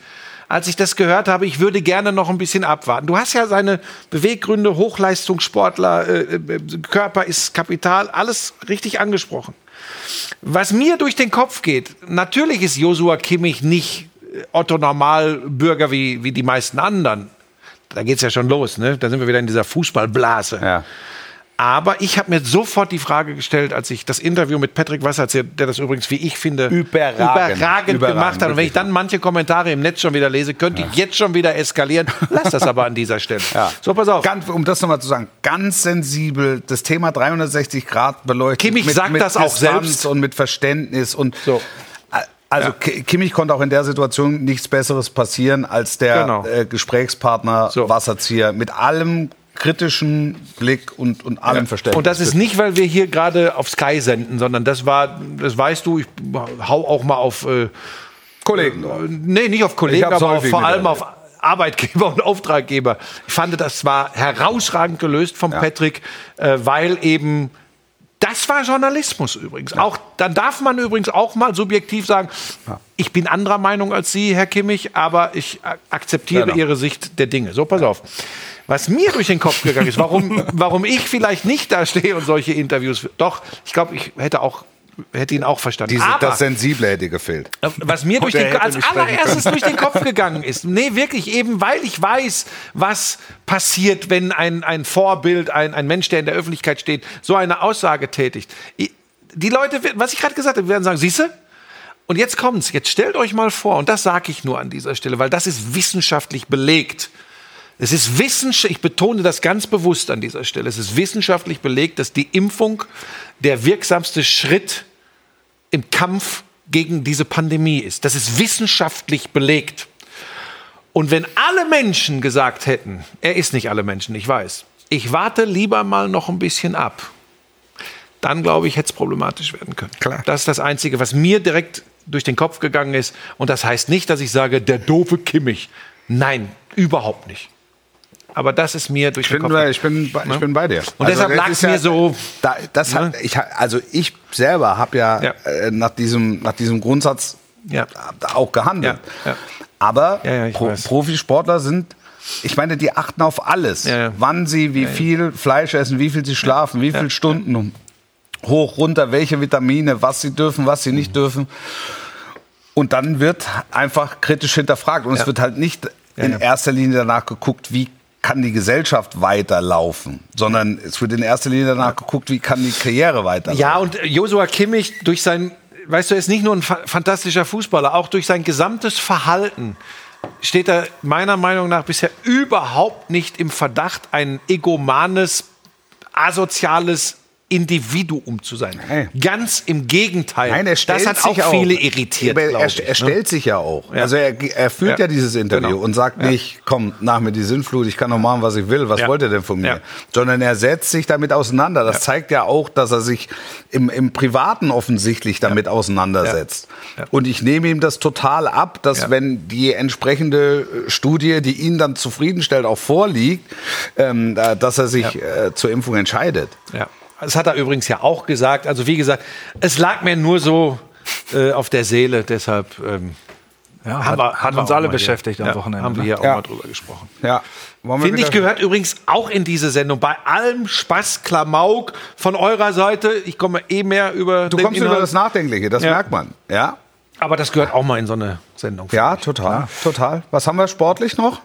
Speaker 1: als ich das gehört habe, ich würde gerne noch ein bisschen abwarten. Du hast ja seine Beweggründe, Hochleistungssportler, äh, äh, Körper ist Kapital, alles richtig angesprochen. Was mir durch den Kopf geht, natürlich ist Josua Kimmich nicht äh, Otto Normalbürger wie, wie die meisten anderen. Da geht's ja schon los, ne? Da sind wir wieder in dieser Fußballblase.
Speaker 3: Ja.
Speaker 1: Aber ich habe mir sofort die Frage gestellt, als ich das Interview mit Patrick Wassertz, der der das übrigens, wie ich finde,
Speaker 3: Überragend.
Speaker 1: überragend
Speaker 3: Überragend,
Speaker 1: gemacht hat. Und wenn ich dann manche Kommentare im Netz schon wieder lese, könnte ich jetzt schon wieder eskalieren. Lass das aber an dieser Stelle.
Speaker 3: Ja.
Speaker 1: So, pass auf.
Speaker 3: Ganz, um das nochmal zu sagen, ganz sensibel, das Thema 360 Grad beleuchtet.
Speaker 1: Kimmich sagt das auch
Speaker 3: Distanz
Speaker 1: selbst.
Speaker 3: Und mit Verständnis. Und
Speaker 1: So.
Speaker 3: Also Ki- Kimmich konnte auch in der Situation nichts Besseres passieren als der
Speaker 1: Genau.
Speaker 3: äh, Gesprächspartner
Speaker 1: So.
Speaker 3: Wasserzieher mit allem kritischen Blick und, und allem Verständnis.
Speaker 1: Und das ist nicht, weil wir hier gerade auf Sky senden, sondern das war, das weißt du, ich hau auch mal auf, äh,
Speaker 3: Kollegen.
Speaker 1: nee, nicht auf
Speaker 3: Ich
Speaker 1: Kollegen,
Speaker 3: hab's
Speaker 1: aber auf,
Speaker 3: häufig
Speaker 1: vor allem
Speaker 3: miterlebt.
Speaker 1: auf Arbeitgeber und Auftraggeber. Ich fand, das war herausragend gelöst vom Patrick, äh, weil eben das war Journalismus übrigens. Auch dann darf man übrigens auch mal subjektiv sagen, ich bin anderer Meinung als Sie, Herr Kimmich, aber ich a- akzeptiere
Speaker 3: Genau.
Speaker 1: Ihre Sicht der Dinge. So, pass auf. Was mir durch den Kopf gegangen ist, warum, warum ich vielleicht nicht da stehe und solche Interviews. Doch, ich glaube, ich hätte auch hätte ihn auch verstanden.
Speaker 3: Diese,
Speaker 1: Aber-
Speaker 3: das Sensible hätte gefehlt.
Speaker 1: was mir durch
Speaker 4: der
Speaker 1: den,
Speaker 4: hätte
Speaker 1: als
Speaker 4: mich sprechen
Speaker 1: allererstes durch den Kopf gegangen ist. Nee, wirklich, eben weil ich weiß, was passiert, wenn ein, ein Vorbild, ein, ein Mensch, der in der Öffentlichkeit steht, so eine Aussage tätigt. I- Die Leute, wer- was ich gerade gesagt habe, werden sagen, siehste? Und jetzt kommt's, jetzt stellt euch mal vor, und das sage ich nur an dieser Stelle, weil das ist wissenschaftlich belegt. Es ist wissenschaftlich, ich betone das ganz bewusst an dieser Stelle, es ist wissenschaftlich belegt, dass die Impfung der wirksamste Schritt im Kampf gegen diese Pandemie ist. Das ist wissenschaftlich belegt. Und wenn alle Menschen gesagt hätten, er ist nicht alle Menschen, ich weiß, ich warte lieber mal noch ein bisschen ab, dann glaube ich, hätte es problematisch werden können.
Speaker 3: Klar.
Speaker 1: Das ist das Einzige, was mir direkt durch den Kopf gegangen ist. Und das heißt nicht, dass ich sage, der doofe Kimmich. Nein, überhaupt nicht. Aber das ist mir durch
Speaker 3: Ich bin,
Speaker 1: den Kopf Ne?
Speaker 3: bei, ich, bin, bei- ich bin bei dir.
Speaker 1: Und deshalb
Speaker 3: das
Speaker 1: lag's
Speaker 3: ist
Speaker 1: mir so- Ne?
Speaker 3: Da, das hat, ich, ha- also ich selber habe ja,
Speaker 1: Ja.
Speaker 3: Äh, nach, diesem, nach diesem Grundsatz
Speaker 1: Ja.
Speaker 3: auch gehandelt.
Speaker 1: Ja, ja.
Speaker 3: Aber
Speaker 1: Ja, ja, ich
Speaker 3: Pro
Speaker 1: weiß.
Speaker 3: Profisportler sind, ich meine, die achten auf alles.
Speaker 1: Ja, ja.
Speaker 3: Wann sie, wie viel Fleisch essen, wie viel sie schlafen, wie viele Stunden um hoch, runter, welche Vitamine, was sie dürfen, was sie
Speaker 1: Mhm.
Speaker 3: nicht dürfen. Und dann wird einfach kritisch hinterfragt. Und es wird halt nicht in
Speaker 1: ja.
Speaker 3: erster Linie danach geguckt, wie kann die Gesellschaft weiterlaufen, sondern es wird in erster Linie danach geguckt, wie kann die Karriere weiterlaufen.
Speaker 1: Ja, und äh, Josua Kimmich durch sein, weißt du, er ist nicht nur ein fa- fantastischer Fußballer, auch durch sein gesamtes Verhalten steht er meiner Meinung nach bisher überhaupt nicht im Verdacht, ein egomanes, asoziales Individuum zu sein.
Speaker 3: Nein.
Speaker 1: Ganz im Gegenteil.
Speaker 3: Nein, er stellt
Speaker 1: Äh, das hat
Speaker 3: sich
Speaker 1: auch viele
Speaker 3: auch.
Speaker 1: irritiert.
Speaker 3: Aber
Speaker 1: glaub
Speaker 3: Er,
Speaker 1: ich, ne?
Speaker 3: er stellt sich ja auch.
Speaker 1: Ja.
Speaker 3: Also er, er führt ja.
Speaker 1: Ja.
Speaker 3: dieses Interview
Speaker 1: Genau.
Speaker 3: und sagt nicht, komm, nach mir die Sinnflut, ich kann noch machen, was ich will, was
Speaker 1: Ja.
Speaker 3: wollt ihr denn von mir?
Speaker 1: Ja.
Speaker 3: Sondern er setzt sich damit auseinander. Das zeigt ja auch, dass er sich im, im Privaten offensichtlich damit auseinandersetzt. Und ich nehme ihm das total ab, dass
Speaker 1: Ja.
Speaker 3: wenn die entsprechende äh, Studie, die ihn dann zufriedenstellt, auch vorliegt, ähm, da- dass er sich äh, zur Impfung entscheidet.
Speaker 1: Ja. Das hat er übrigens ja auch gesagt. Also wie gesagt, es lag mir nur so äh, auf der Seele, deshalb ähm,
Speaker 4: Ja,
Speaker 1: haben
Speaker 4: hat,
Speaker 1: wir- haben
Speaker 4: hat
Speaker 1: wir
Speaker 4: uns
Speaker 1: auch
Speaker 4: alle
Speaker 1: mal hier.
Speaker 4: beschäftigt am
Speaker 1: Ja,
Speaker 4: Wochenende.
Speaker 1: Haben wir hier
Speaker 4: ne?
Speaker 1: auch
Speaker 3: Ja.
Speaker 1: mal drüber gesprochen.
Speaker 3: Ja. Wollen wir
Speaker 1: Finde ich
Speaker 3: wieder-
Speaker 1: gehört übrigens auch in diese Sendung. Bei allem Spaß, Klamauk von eurer Seite. Ich komme eh mehr über
Speaker 3: Du
Speaker 1: den
Speaker 3: kommst über
Speaker 1: Inhalt.
Speaker 3: das Nachdenkliche, das
Speaker 1: Ja.
Speaker 3: merkt man. Ja,
Speaker 1: Aber das gehört auch mal in so eine Sendung.
Speaker 3: ja, total, total. Was haben wir sportlich noch?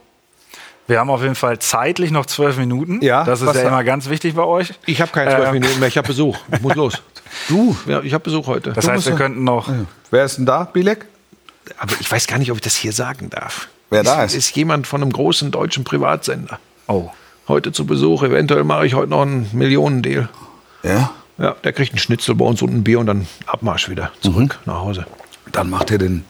Speaker 4: Wir haben auf jeden Fall zeitlich noch zwölf Minuten.
Speaker 3: Ja,
Speaker 4: das ist
Speaker 3: was
Speaker 4: ja
Speaker 3: da-
Speaker 4: immer ganz wichtig bei euch.
Speaker 1: Ich habe keine
Speaker 4: Äh,
Speaker 1: zwölf Minuten mehr. Ich habe Besuch. Ich muss los. Du? Ja, ich habe Besuch heute.
Speaker 4: Das heißt, wir könnten noch.
Speaker 3: Wer ist denn da, Bilek?
Speaker 1: Aber ich weiß gar nicht, ob ich das hier sagen darf.
Speaker 3: Wer da
Speaker 1: Ist,
Speaker 3: ist?
Speaker 1: ist jemand von einem großen deutschen Privatsender
Speaker 4: Oh.
Speaker 1: heute zu Besuch. Eventuell mache ich heute noch einen Millionendeal.
Speaker 3: Ja.
Speaker 1: Ja, der kriegt einen Schnitzel bei uns und ein Bier und dann Abmarsch wieder zurück
Speaker 3: Mhm.
Speaker 1: nach Hause.
Speaker 3: Dann macht ihr den,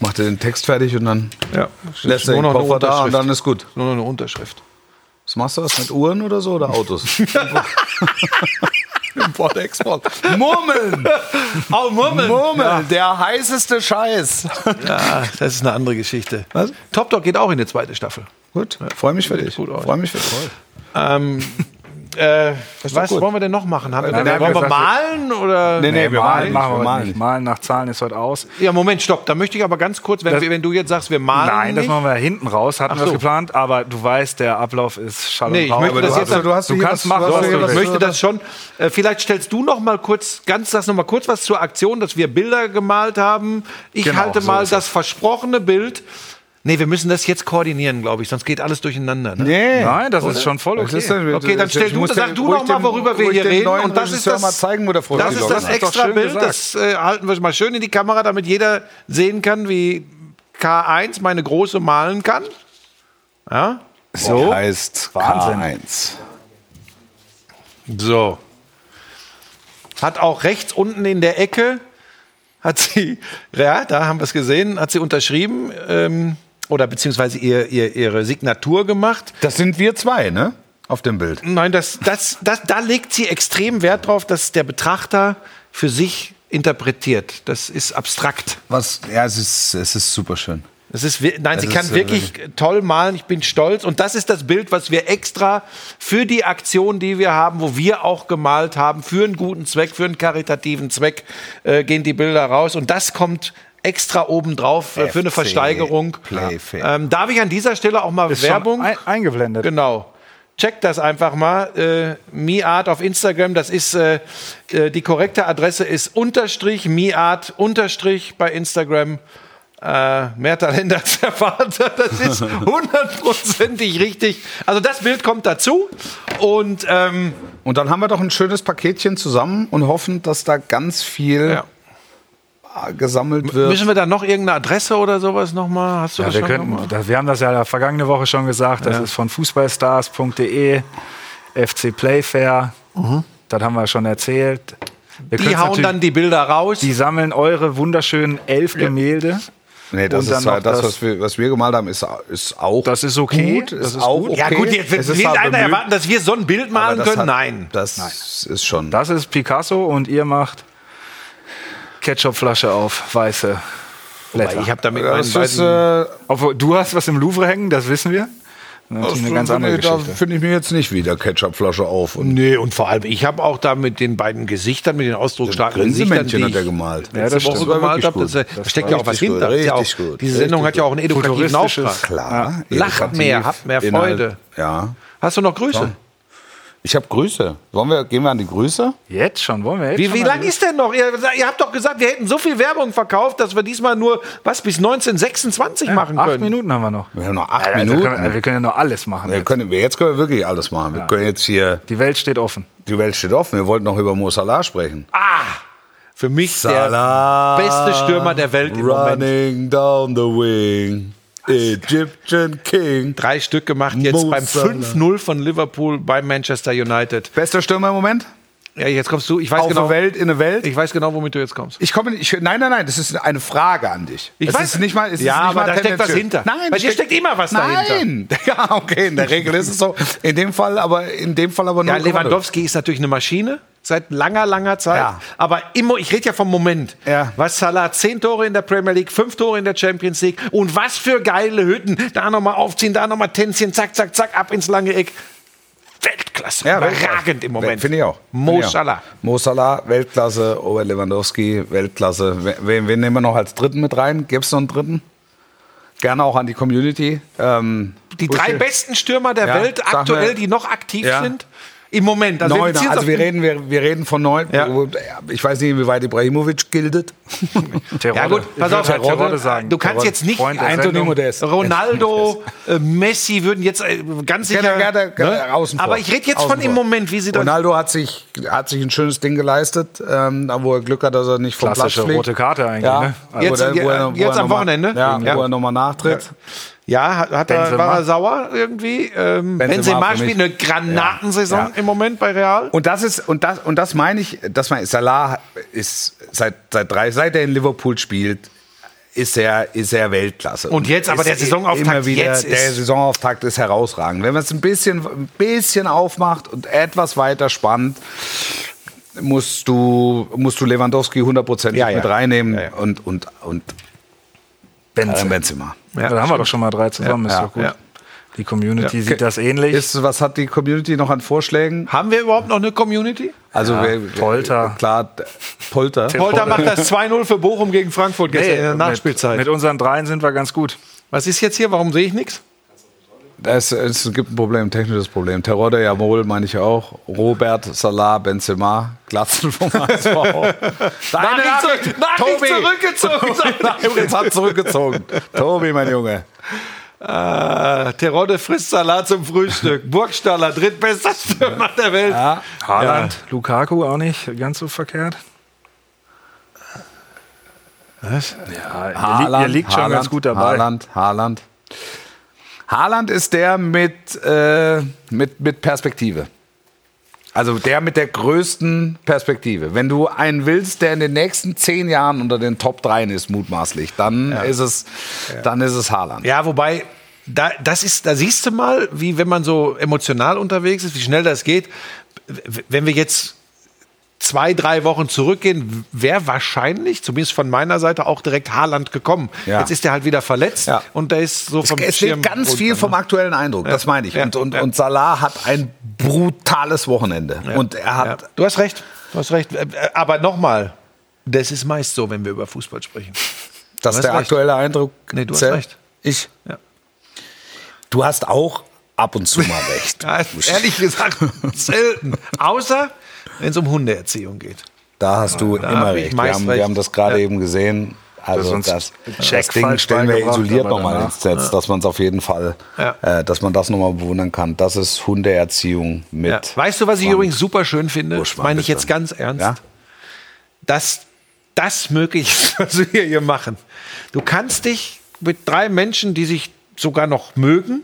Speaker 3: macht ihr den Text fertig und dann
Speaker 1: Ja,
Speaker 3: lässt er den Koffer da und dann ist gut.
Speaker 1: Nur noch eine Unterschrift.
Speaker 3: Was machst du das mit Uhren oder so oder Autos? Import, Export. Murmeln!
Speaker 1: Oh, Murmeln!
Speaker 3: Murmeln, der heißeste Scheiß.
Speaker 1: Ja, das ist eine andere Geschichte.
Speaker 3: Was?
Speaker 1: Top Dog geht auch in die zweite Staffel.
Speaker 3: Gut, freue mich für dich.
Speaker 1: gut aus.
Speaker 3: Freue mich für dich.
Speaker 1: Ähm, äh,
Speaker 3: doch
Speaker 1: was
Speaker 3: gut.
Speaker 1: wollen wir denn noch machen? Haben wir,
Speaker 3: Nein, wir
Speaker 1: wollen
Speaker 4: haben
Speaker 1: wir
Speaker 4: gesagt,
Speaker 1: malen oder?
Speaker 3: nee, wir
Speaker 4: malen, machen wir heute
Speaker 3: malen
Speaker 4: nicht. Malen nach Zahlen ist heute aus.
Speaker 1: Ja, Moment, stopp. Da möchte ich aber ganz kurz, wenn,
Speaker 4: Das-
Speaker 1: wir- wenn du jetzt sagst, wir malen.
Speaker 4: Nein, das
Speaker 1: nicht,
Speaker 4: machen wir hinten raus, hatten
Speaker 1: Ach
Speaker 4: wir
Speaker 1: so.
Speaker 4: es geplant, aber du weißt, der Ablauf ist schall und
Speaker 1: Nee, ich
Speaker 4: rau.
Speaker 1: möchte
Speaker 4: Aber
Speaker 1: das
Speaker 4: du
Speaker 1: jetzt-
Speaker 4: hast-
Speaker 1: du
Speaker 3: hast
Speaker 4: du
Speaker 3: hier
Speaker 4: kannst
Speaker 3: was-
Speaker 4: machen,
Speaker 3: du hast
Speaker 4: was
Speaker 3: hier
Speaker 4: du
Speaker 3: was-
Speaker 1: ich
Speaker 4: willst.
Speaker 1: möchte das schon. Äh, vielleicht stellst du noch mal kurz, ganz sagst noch mal kurz was zur Aktion, dass wir Bilder gemalt haben. Ich
Speaker 4: Genau,
Speaker 1: halte
Speaker 4: so
Speaker 1: mal
Speaker 4: ist
Speaker 1: das versprochene Bild. Nee, wir müssen das jetzt koordinieren, glaube ich, sonst geht alles durcheinander. Ne?
Speaker 3: Nee.
Speaker 4: Nein, das ist schon voll
Speaker 3: Das ist
Speaker 4: okay.
Speaker 3: ja-
Speaker 1: Okay, dann
Speaker 3: ich
Speaker 1: stell du-
Speaker 3: muss
Speaker 1: sag
Speaker 3: den-
Speaker 1: du
Speaker 3: ruhig
Speaker 1: noch mal,
Speaker 3: dem-
Speaker 1: worüber wir
Speaker 3: ruhig
Speaker 1: hier
Speaker 3: dem
Speaker 1: reden.
Speaker 3: neuen
Speaker 1: Und das ist
Speaker 3: Regisseur
Speaker 1: das-
Speaker 3: mal zeigen, wo der Frosch
Speaker 1: Das ist das
Speaker 4: doch
Speaker 1: extra
Speaker 4: schön
Speaker 1: Bild,
Speaker 4: gesagt.
Speaker 1: das äh, halten wir mal schön in die Kamera, damit jeder sehen kann, wie K1 meine große malen kann. Ja?
Speaker 4: So.
Speaker 3: heißt
Speaker 4: Wahnsinn.
Speaker 3: K1.
Speaker 1: So. Hat auch rechts unten in der Ecke, hat sie, ja, da haben wir es gesehen, hat sie unterschrieben ähm, oder beziehungsweise ihr, ihr, ihre Signatur gemacht.
Speaker 3: Das sind wir zwei, ne? Auf dem Bild.
Speaker 1: Nein, das, das, das, da legt sie extrem Wert drauf, dass der Betrachter für sich interpretiert. Das ist abstrakt.
Speaker 3: Was, ja, es ist, es ist super schön.
Speaker 1: Das ist, wir- nein,
Speaker 3: Das
Speaker 1: sie
Speaker 3: ist,
Speaker 1: kann
Speaker 3: äh,
Speaker 1: wirklich toll malen. Ich bin stolz. Und das ist das Bild, was wir extra für die Aktion, die wir haben, wo wir auch gemalt haben, für einen guten Zweck, für einen karitativen Zweck, äh, gehen die Bilder raus. Und das kommt extra obendrauf äh, für eine
Speaker 3: FC
Speaker 1: Versteigerung.
Speaker 3: Playfair.
Speaker 1: Ähm, darf ich an dieser Stelle auch mal
Speaker 4: Ist schon
Speaker 1: Werbung?
Speaker 4: ein- eingeblendet.
Speaker 1: Genau. Checkt das einfach mal. Äh, MiArt auf Instagram, das ist äh, äh, die korrekte Adresse ist unterstrich MiArt unterstrich bei Instagram. Äh, mehr Talent als der Vater, das ist hundertprozentig richtig. Also das Bild kommt dazu und ähm,
Speaker 3: Und dann haben wir doch ein schönes Paketchen zusammen und hoffen, dass da ganz viel gesammelt wird.
Speaker 1: müssen wir da noch irgendeine Adresse oder sowas nochmal? Hast du
Speaker 4: Ja,
Speaker 1: das
Speaker 4: wir,
Speaker 1: schon
Speaker 4: könnten,
Speaker 1: nochmal?
Speaker 4: das, wir haben das ja vergangene Woche schon gesagt. Das ist von fußballstars.de, FC Playfair. Das haben wir schon erzählt. Wir
Speaker 1: Mhm. Die
Speaker 4: können's
Speaker 1: hauen
Speaker 4: natürlich-
Speaker 1: dann die Bilder raus.
Speaker 4: die sammeln eure wunderschönen elf Gemälde.
Speaker 3: nee, das
Speaker 4: und dann
Speaker 3: ist halt
Speaker 4: noch
Speaker 3: das,
Speaker 4: das-
Speaker 3: was wir, was wir gemalt haben, ist, ist auch
Speaker 4: Das ist okay,
Speaker 3: Gut,
Speaker 4: das
Speaker 3: ist
Speaker 4: ist
Speaker 3: auch
Speaker 4: gut.
Speaker 3: okay.
Speaker 1: ja gut, jetzt wird
Speaker 3: Es ist
Speaker 1: wird
Speaker 3: halt
Speaker 1: einer
Speaker 3: bemüht,
Speaker 1: erwarten, dass wir so ein Bild
Speaker 3: aber
Speaker 1: malen
Speaker 3: das
Speaker 1: können.
Speaker 3: hat-
Speaker 1: Nein.
Speaker 3: Das ist schon.
Speaker 4: Das ist Picasso und ihr macht Ketchupflasche auf weiße Blätter.
Speaker 1: ich habe damit
Speaker 3: das
Speaker 1: meinen
Speaker 3: ist, äh,
Speaker 4: Obwohl, du hast was im Louvre hängen, das wissen wir. Das ist eine ganz andere
Speaker 3: nee, da
Speaker 4: Geschichte.
Speaker 3: finde ich mir jetzt nicht wieder Ketchupflasche auf. Und
Speaker 1: Nee, und vor allem, ich habe auch da mit den beiden Gesichtern, mit den ausdrucksstarken Gesichtern, die
Speaker 3: Grinsemännchen hat er
Speaker 1: ich
Speaker 3: gemalt.
Speaker 4: Ja, das
Speaker 1: letzte Woche
Speaker 4: stimmt.
Speaker 1: gemalt habe, das,
Speaker 3: Das war
Speaker 1: äh,
Speaker 3: wirklich
Speaker 1: da
Speaker 3: gut.
Speaker 1: steckt ja auch was
Speaker 3: Richtig gut,
Speaker 1: hinter. Das ist ja
Speaker 3: richtig
Speaker 1: auch,
Speaker 3: gut,
Speaker 1: diese
Speaker 3: richtig
Speaker 1: Sendung hat ja auch einen edukativen
Speaker 4: Futuristisches.
Speaker 1: Auftrag.
Speaker 3: Klar.
Speaker 1: Lacht
Speaker 3: edukativ,
Speaker 1: mehr, habt mehr
Speaker 3: Inhalt.
Speaker 1: Freude.
Speaker 3: Ja.
Speaker 1: Hast du noch Grüße?
Speaker 3: Ich habe Grüße. Wollen wir, gehen wir an die Grüße?
Speaker 4: Jetzt schon, wollen wir jetzt
Speaker 1: Wie,
Speaker 4: schon
Speaker 1: wie
Speaker 4: mal
Speaker 1: lang
Speaker 4: die-
Speaker 1: ist denn noch? Ihr, ihr habt doch gesagt, wir hätten so viel Werbung verkauft, dass wir diesmal nur was bis 1926 machen
Speaker 4: Acht
Speaker 1: können.
Speaker 4: Minuten haben wir noch.
Speaker 3: Wir haben noch acht
Speaker 4: Also
Speaker 3: Minuten.
Speaker 4: Können, wir- wir können ja noch alles machen.
Speaker 3: wir
Speaker 4: jetzt.
Speaker 3: können, wir- jetzt können wir wirklich alles machen. Wir können jetzt hier,
Speaker 4: Die Welt steht offen.
Speaker 3: die Welt steht offen. Wir wollten noch über Mo Salah sprechen.
Speaker 1: Für mich
Speaker 3: Salah,
Speaker 1: der beste Stürmer der Welt im Moment.
Speaker 3: Running down the wing. Egyptian King.
Speaker 1: Drei Stück gemacht jetzt
Speaker 3: Mo
Speaker 1: beim
Speaker 3: Salah.
Speaker 1: 5-0 von Liverpool bei Manchester United.
Speaker 3: Bester Stürmer im Moment?
Speaker 1: Ja, jetzt kommst du. Ich weiß,
Speaker 3: Auf
Speaker 1: genau,
Speaker 3: der Welt, in der Welt?
Speaker 1: ich weiß genau, womit du jetzt kommst.
Speaker 3: Ich komme nicht. Ich, nein, nein, nein. Das ist eine Frage an dich.
Speaker 1: Ich
Speaker 3: es
Speaker 1: weiß-
Speaker 3: ist nicht mal. Es
Speaker 1: Ja,
Speaker 3: ist nicht
Speaker 1: aber
Speaker 3: mal
Speaker 1: da steckt was
Speaker 3: tendenziös.
Speaker 1: hinter.
Speaker 3: Nein,
Speaker 1: Bei dir steckt immer was dahinter.
Speaker 3: Nein. Ja, okay. In der Regel ist es so. In dem Fall, aber in dem Fall aber nur.
Speaker 1: Ja, Lewandowski ist natürlich eine Maschine seit langer, langer Zeit.
Speaker 3: Ja.
Speaker 1: Aber immer, ich rede ja vom Moment.
Speaker 3: Ja.
Speaker 1: Was Salah, zehn Tore in der Premier League, fünf Tore in der Champions League und was für geile Hütten. Da nochmal aufziehen, da nochmal Tänzchen, zack, zack, zack, ab ins lange Eck. Weltklasse,
Speaker 3: Ja,
Speaker 1: überragend
Speaker 3: Weltklasse.
Speaker 1: im Moment.
Speaker 3: Finde ich auch.
Speaker 1: Mo
Speaker 3: Finde ich auch.
Speaker 1: Salah.
Speaker 3: Mo Salah, Weltklasse. Robert Lewandowski, Weltklasse. We- Wen, wen nehmen wir noch als Dritten mit rein? Gäbe es noch einen Dritten? Gerne auch an die Community. Ähm,
Speaker 1: Die drei
Speaker 3: Buschel.
Speaker 1: besten Stürmer der
Speaker 3: Ja,
Speaker 1: Welt
Speaker 3: sag
Speaker 1: aktuell,
Speaker 3: mal.
Speaker 1: die noch aktiv
Speaker 3: Ja.
Speaker 1: sind. Im Moment. Also wir
Speaker 3: Neuner.
Speaker 1: beziehen's auf-
Speaker 3: also wir reden, wir, wir reden von neun.
Speaker 1: Ja.
Speaker 3: Ich weiß nicht, inwieweit Ibrahimovic gildet.
Speaker 4: Terodde.
Speaker 1: Ja gut, pass
Speaker 4: Ich
Speaker 1: auf,
Speaker 4: würd halt
Speaker 1: Terodde,
Speaker 4: Terodde sagen.
Speaker 1: du kannst jetzt nicht
Speaker 4: Freund der
Speaker 1: Anthony
Speaker 4: Sendung.
Speaker 3: Modest.
Speaker 1: Ronaldo, äh, Messi würden jetzt äh, ganz sicher. ne?
Speaker 3: Gerne, gerne, gerne, außen vor.
Speaker 1: Aber ich rede jetzt
Speaker 3: Außen
Speaker 1: von im
Speaker 3: vor.
Speaker 1: Moment, wie sie das.
Speaker 3: Ronaldo hat sich, hat sich ein schönes Ding geleistet, ähm, da wo er Glück hat, dass er nicht vom Platz
Speaker 4: Klassische
Speaker 3: fliegt.
Speaker 4: rote Karte eigentlich,
Speaker 3: Ja.
Speaker 4: ne?
Speaker 3: Also
Speaker 1: Jetzt-
Speaker 3: da,
Speaker 1: ja, jetzt am
Speaker 3: nochmal-
Speaker 1: Wochenende? Mhm.
Speaker 3: Ja,
Speaker 1: Ja.
Speaker 3: wo er nochmal nachtritt.
Speaker 1: Ja, hat, hat er,
Speaker 4: Benzema.
Speaker 1: war er sauer irgendwie. Ähm, Benzema,
Speaker 3: Benzema für
Speaker 1: spielt
Speaker 3: mich.
Speaker 1: eine Granatensaison
Speaker 3: Ja. Ja.
Speaker 1: im Moment bei Real.
Speaker 3: Und das ist und das und das meine ich, dass man Salah ist seit seit drei seit er in Liverpool spielt, ist er ist er Weltklasse.
Speaker 1: Und jetzt aber
Speaker 3: ist
Speaker 1: der Saisonauftakt
Speaker 3: immer wieder
Speaker 1: jetzt
Speaker 3: der
Speaker 1: ist-
Speaker 3: Saisonauftakt ist herausragend. Wenn man es ein bisschen ein bisschen aufmacht und etwas weiter spannt, musst du musst du Lewandowski hundertprozentig
Speaker 1: Ja, ja.
Speaker 3: mit reinnehmen
Speaker 1: Ja, ja.
Speaker 3: und und und
Speaker 4: Benzema.
Speaker 3: Karim Benzema.
Speaker 4: Ja, da haben wir doch schon mal drei zusammen, ist
Speaker 3: ja,
Speaker 4: doch gut.
Speaker 1: ja.
Speaker 4: Die Community sieht das ähnlich.
Speaker 3: Ist, was hat die Community noch an Vorschlägen?
Speaker 1: Haben wir überhaupt noch eine Community?
Speaker 3: Also
Speaker 4: Ja,
Speaker 3: wer-
Speaker 4: Polter.
Speaker 3: klar d- Polter.
Speaker 1: Polter macht das 2-0 für Bochum gegen Frankfurt gestern in der
Speaker 4: mit-
Speaker 1: Nachspielzeit.
Speaker 4: Mit unseren dreien sind wir ganz gut.
Speaker 1: Was ist jetzt hier? Warum sehe ich nichts?
Speaker 3: Es, es gibt ein Problem, ein technisches Problem. Terodde, Jamol meine ich auch. Robert, Salah, Benzema, Glatzen vom HSV. Deine
Speaker 1: Nachricht zurück- Nachricht zurückgezogen.
Speaker 3: Nachricht hat zurückgezogen. Tobi, mein Junge.
Speaker 1: Äh, Terodde frisst Salat zum Frühstück. Burgstaller, drittbester Stürmer der Welt.
Speaker 3: Ja.
Speaker 4: Haaland, Lukaku auch nicht ganz so verkehrt. Was? Ja, ihr, liegt- ihr liegt schon
Speaker 3: Haaland,
Speaker 4: ganz gut dabei.
Speaker 3: Haaland, Haaland. Haaland ist der mit, äh, mit, mit Perspektive. Also der mit der größten Perspektive. Wenn du einen willst, der in den nächsten zehn Jahren unter den Top 3 ist, mutmaßlich, dann ist es, dann ist es Haaland.
Speaker 1: Ja, wobei, da, das ist, da siehst du mal, wie wenn man so emotional unterwegs ist, wie schnell das geht. W- Wenn wir jetzt zwei, drei Wochen zurückgehen, wäre wahrscheinlich, zumindest von meiner Seite, auch direkt Haaland gekommen.
Speaker 3: Ja.
Speaker 1: Jetzt ist er halt wieder verletzt
Speaker 3: Ja.
Speaker 1: und da ist so vom
Speaker 3: Es, es
Speaker 1: Schirm
Speaker 3: lebt ganz
Speaker 1: runter,
Speaker 3: viel
Speaker 1: ne?
Speaker 3: vom aktuellen Eindruck, das meine ich.
Speaker 1: Ja.
Speaker 3: Und, und,
Speaker 1: Ja.
Speaker 3: und Salah hat ein brutales Wochenende. Und er hat
Speaker 1: Ja. Du hast recht, du hast recht. Äh, Aber nochmal, das ist meist so, wenn wir über Fußball sprechen.
Speaker 3: Das ist
Speaker 1: Du hast
Speaker 3: der
Speaker 1: recht.
Speaker 3: aktuelle Eindruck.
Speaker 1: Nee, du hast
Speaker 3: Zell?
Speaker 1: recht.
Speaker 3: Ich?
Speaker 1: Ja.
Speaker 3: Du hast auch ab und zu mal recht.
Speaker 1: Ja, ehrlich gesagt, selten. Außer, wenn es um Hundeerziehung geht.
Speaker 3: Da hast du
Speaker 1: hab
Speaker 3: immer
Speaker 1: ich
Speaker 3: recht. Wir
Speaker 1: meist
Speaker 3: haben,
Speaker 1: recht.
Speaker 3: wir haben das gerade
Speaker 1: Ja.
Speaker 3: eben gesehen. Also
Speaker 4: uns
Speaker 3: das, das
Speaker 4: Jack
Speaker 3: Ding
Speaker 4: falsch
Speaker 3: stellen wir
Speaker 4: beigebracht,
Speaker 3: isoliert
Speaker 4: aber
Speaker 3: nochmal
Speaker 4: danach-
Speaker 3: ins Netz, dass man es auf jeden Fall,
Speaker 1: Ja.
Speaker 3: äh, dass man das nochmal bewundern kann. Das ist Hundeerziehung mit.
Speaker 1: Ja. Weißt du, was ich
Speaker 3: Frank
Speaker 1: übrigens super schön finde?
Speaker 3: Buschmann
Speaker 1: Meine ich
Speaker 3: gestern.
Speaker 1: jetzt ganz ernst.
Speaker 3: Ja?
Speaker 1: dass das möglich ist, was wir hier machen. Du kannst dich mit drei Menschen, die sich sogar noch mögen,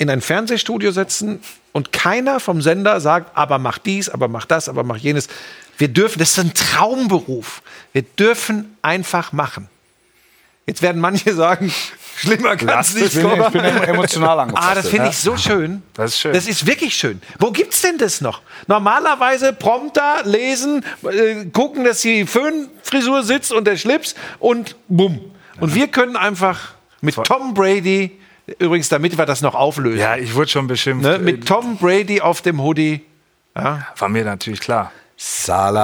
Speaker 1: in ein Fernsehstudio setzen und keiner vom Sender sagt, aber mach dies, aber mach das, aber mach jenes. Wir dürfen, das ist ein Traumberuf. Wir dürfen einfach machen. Jetzt werden manche sagen, schlimmer kann es
Speaker 4: Lasst
Speaker 1: nicht
Speaker 4: es,
Speaker 1: kommen.
Speaker 3: Ich bin emotional ne? angefangen.
Speaker 1: Ah, das finde ich so schön.
Speaker 4: Das ist schön.
Speaker 1: Das ist wirklich schön. Wo gibt's denn das noch? Normalerweise Prompter lesen, äh, gucken, dass die Föhnfrisur sitzt und der Schlips und bumm. Und wir können einfach mit Tom Brady Übrigens, damit wir das noch auflösen.
Speaker 4: Ja, äh, ich wurde schon beschimpft.
Speaker 1: Ne? Mit Tom Brady auf dem Hoodie.
Speaker 4: War mir natürlich klar.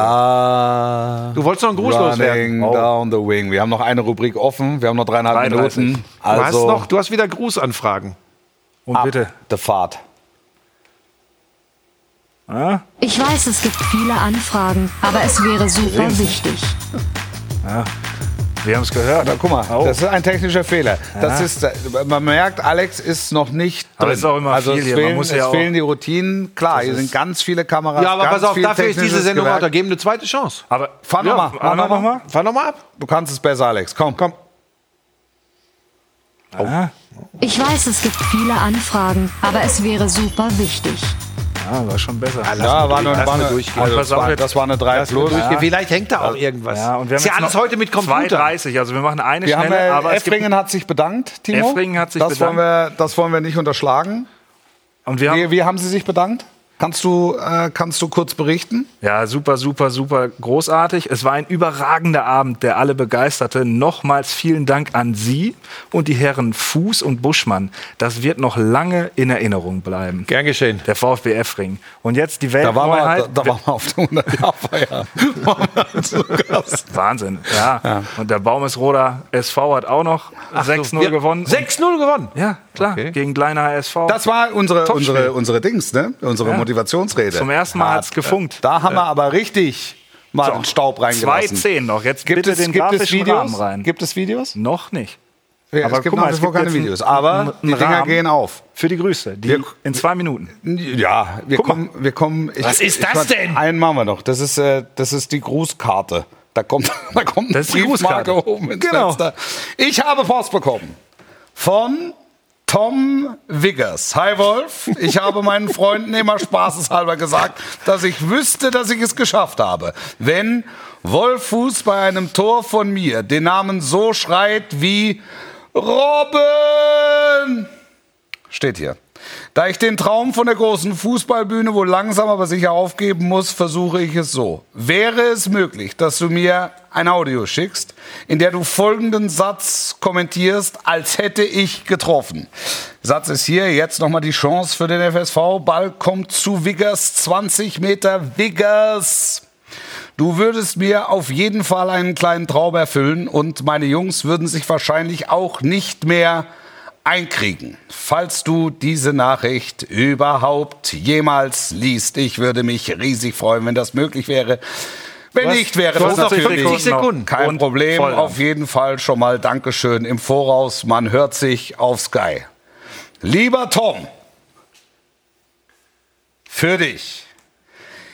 Speaker 3: Salah.
Speaker 1: Du wolltest noch einen Gruß loswerden.
Speaker 3: Running down the wing. Wir haben noch eine Rubrik offen. Wir haben noch dreieinhalb
Speaker 4: 33.
Speaker 3: Minuten.
Speaker 1: Du,
Speaker 3: Also
Speaker 1: hast noch, du hast wieder Grußanfragen.
Speaker 3: Ah.
Speaker 4: Und bitte.
Speaker 3: der Fahrt.
Speaker 5: Ich weiß, es gibt viele Anfragen, aber es wäre super wichtig.
Speaker 4: Wir haben es gehört.
Speaker 3: Na, guck mal,
Speaker 4: Oh.
Speaker 3: das ist ein technischer Fehler. Das ist, man merkt, Alex ist noch nicht drin.
Speaker 4: Aber es ist auch immer
Speaker 3: also
Speaker 4: viel
Speaker 3: es
Speaker 4: hier. Man
Speaker 3: fehlen,
Speaker 4: muss ja
Speaker 3: es
Speaker 4: auch-
Speaker 3: fehlen die Routinen. Klar, hier sind ganz viele Kameras.
Speaker 1: Ja, aber
Speaker 3: ganz
Speaker 1: pass auf,
Speaker 3: viel
Speaker 1: dafür ist diese
Speaker 3: technisches
Speaker 1: Sendung
Speaker 3: Gewerk.
Speaker 1: auch. Da geben eine zweite Chance.
Speaker 4: Aber
Speaker 3: Fahr
Speaker 4: Ja,
Speaker 3: nochmal,
Speaker 4: fahr noch mal.
Speaker 1: Fahr nochmal ab.
Speaker 3: Du kannst es besser, Alex. Komm, komm.
Speaker 5: Ich weiß, es gibt viele Anfragen, aber es wäre super wichtig.
Speaker 4: Ja, war schon besser.
Speaker 3: Ja, war eine,
Speaker 1: lass
Speaker 3: war
Speaker 1: mir
Speaker 3: eine,
Speaker 1: durchgehen.
Speaker 3: also,
Speaker 4: Pass
Speaker 3: das,
Speaker 4: auf
Speaker 3: war,
Speaker 4: jetzt.
Speaker 3: das war eine 3 plus.
Speaker 1: Durchgehen. Vielleicht hängt da auch irgendwas.
Speaker 4: Also, Ja, und wir haben
Speaker 1: ist ja
Speaker 4: jetzt
Speaker 1: alles
Speaker 4: noch
Speaker 1: heute mit Computer.
Speaker 4: 2,30. Also wir machen eine
Speaker 3: Wir haben,
Speaker 4: schnelle, aber
Speaker 3: äh,
Speaker 4: es gibt,
Speaker 3: Effringen hat sich bedankt, Timo.
Speaker 4: Effringen hat sich
Speaker 3: das Wollen wir, das wollen wir nicht unterschlagen.
Speaker 4: und wir
Speaker 3: Wie,
Speaker 4: haben,
Speaker 3: wie haben sie sich bedankt? Kannst du, äh, kannst du kurz berichten?
Speaker 4: ja super, super, super großartig. Es war ein überragender Abend, der alle begeisterte. Nochmals vielen Dank an Sie und die Herren Fuß und Buschmann. Das wird noch lange in Erinnerung bleiben.
Speaker 1: Gern geschehen.
Speaker 4: Der VfB Effring. Und jetzt die Welt.
Speaker 3: Da waren wir,
Speaker 4: halt-
Speaker 3: da, da waren wir auf der 100 Jahre Feier.
Speaker 4: Wahnsinn, ja. Und der Baumesroder SV hat auch noch 6-0
Speaker 1: Wir-
Speaker 4: gewonnen.
Speaker 1: 6-0 gewonnen.
Speaker 4: Ja, klar,
Speaker 1: Okay.
Speaker 4: gegen kleiner HSV.
Speaker 3: Das war unsere,
Speaker 4: Topspiel.
Speaker 3: unsere, unsere Dings, ne? Unsere
Speaker 4: Ja.
Speaker 3: Motivationsrede.
Speaker 4: Zum ersten Mal hat's
Speaker 3: Hart.
Speaker 4: gefunkt.
Speaker 3: Da haben wir aber richtig mal den Staub reingelassen.
Speaker 4: 2-10 noch. Jetzt
Speaker 3: Gibt
Speaker 4: bitte
Speaker 3: es,
Speaker 4: den
Speaker 3: gibt es
Speaker 4: grafischen Rahmen
Speaker 3: Videos?
Speaker 4: rein.
Speaker 3: Gibt es Videos?
Speaker 4: noch nicht.
Speaker 3: Ja,
Speaker 4: Aber
Speaker 3: es gibt
Speaker 4: guck mal,
Speaker 3: nach wie
Speaker 4: es
Speaker 3: vor
Speaker 4: gibt
Speaker 3: keine
Speaker 4: jetzt
Speaker 3: Videos.
Speaker 4: einen- einen
Speaker 3: Aber die Dinger
Speaker 4: Rahmen.
Speaker 3: gehen auf.
Speaker 4: Für die Grüße. Die
Speaker 3: Wir-
Speaker 4: in zwei Minuten.
Speaker 3: Ja, wir
Speaker 4: Guck mal.
Speaker 3: kommen, wir kommen. ich-
Speaker 1: Was ist
Speaker 3: ich-
Speaker 1: das
Speaker 3: warte,
Speaker 1: denn?
Speaker 3: Einen machen wir noch. Das ist, äh, das ist die Grußkarte. Da kommt, da kommt eine
Speaker 4: Das ist die
Speaker 3: Briefmarke
Speaker 4: Grußkarte.
Speaker 3: oben ins
Speaker 4: Genau.
Speaker 3: Fenster. Ich habe Post bekommen von Tom Wiggers. Hi Wolf, ich habe meinen Freunden immer spaßeshalber gesagt, dass ich wüsste, dass ich es geschafft habe. Wenn Wolfuß bei einem Tor von mir den Namen so schreit wie Robben! Steht hier. Da ich den Traum von der großen Fußballbühne wohl langsam aber sicher aufgeben muss, versuche ich es so. Wäre es möglich, dass du mir ein Audio schickst, in der du folgenden Satz kommentierst, als hätte ich getroffen. Satz ist hier, jetzt nochmal die Chance für den FSV. Ball kommt zu Wiggers, 20 Meter Wiggers. Du würdest mir auf jeden Fall einen kleinen Traum erfüllen und meine Jungs würden sich wahrscheinlich auch nicht mehr einkriegen. Falls du diese Nachricht überhaupt jemals liest, ich würde mich riesig freuen, wenn das möglich wäre. Wenn
Speaker 1: hast-
Speaker 3: nicht, wäre
Speaker 1: du
Speaker 3: das
Speaker 1: hast noch
Speaker 3: natürlich
Speaker 1: 50 Sekunden.
Speaker 3: kein
Speaker 4: Und
Speaker 3: Problem.
Speaker 4: voll.
Speaker 3: Auf jeden Fall schon mal Dankeschön im Voraus. Man hört sich auf Sky. Lieber Tom, für dich.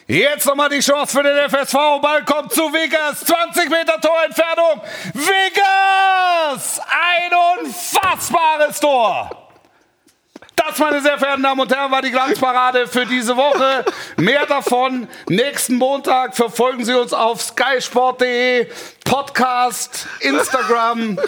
Speaker 3: Jetzt nochmal die Chance für den FSV. Ball kommt zu Vegas. 20 Meter Torentfernung. Vegas! Ein unfassbares Tor! Das, meine sehr verehrten Damen und Herren, war die Glanzparade für diese Woche. Mehr davon nächsten Montag. Verfolgen Sie uns auf skysport.de, Podcast, Instagram.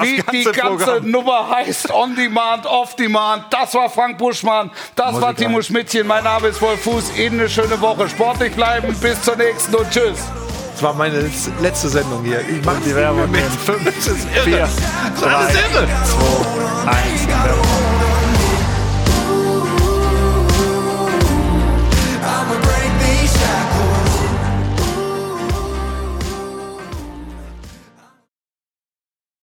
Speaker 3: Wie die
Speaker 1: ganze
Speaker 3: ganze
Speaker 1: Programm.
Speaker 3: Nummer heißt On Demand, Off Demand. Das war Frank Buschmann. Das war Timo Schmidtchen. Mein Name ist Wolf Fuß. Ihnen eine schöne Woche. Sportlich bleiben. Bis zur nächsten und tschüss.
Speaker 1: Das war meine letzte Sendung hier. Ich mach die Werbung mit fünf. Das ist irre.
Speaker 4: Vier,
Speaker 1: Das ist alles irre.
Speaker 4: eins.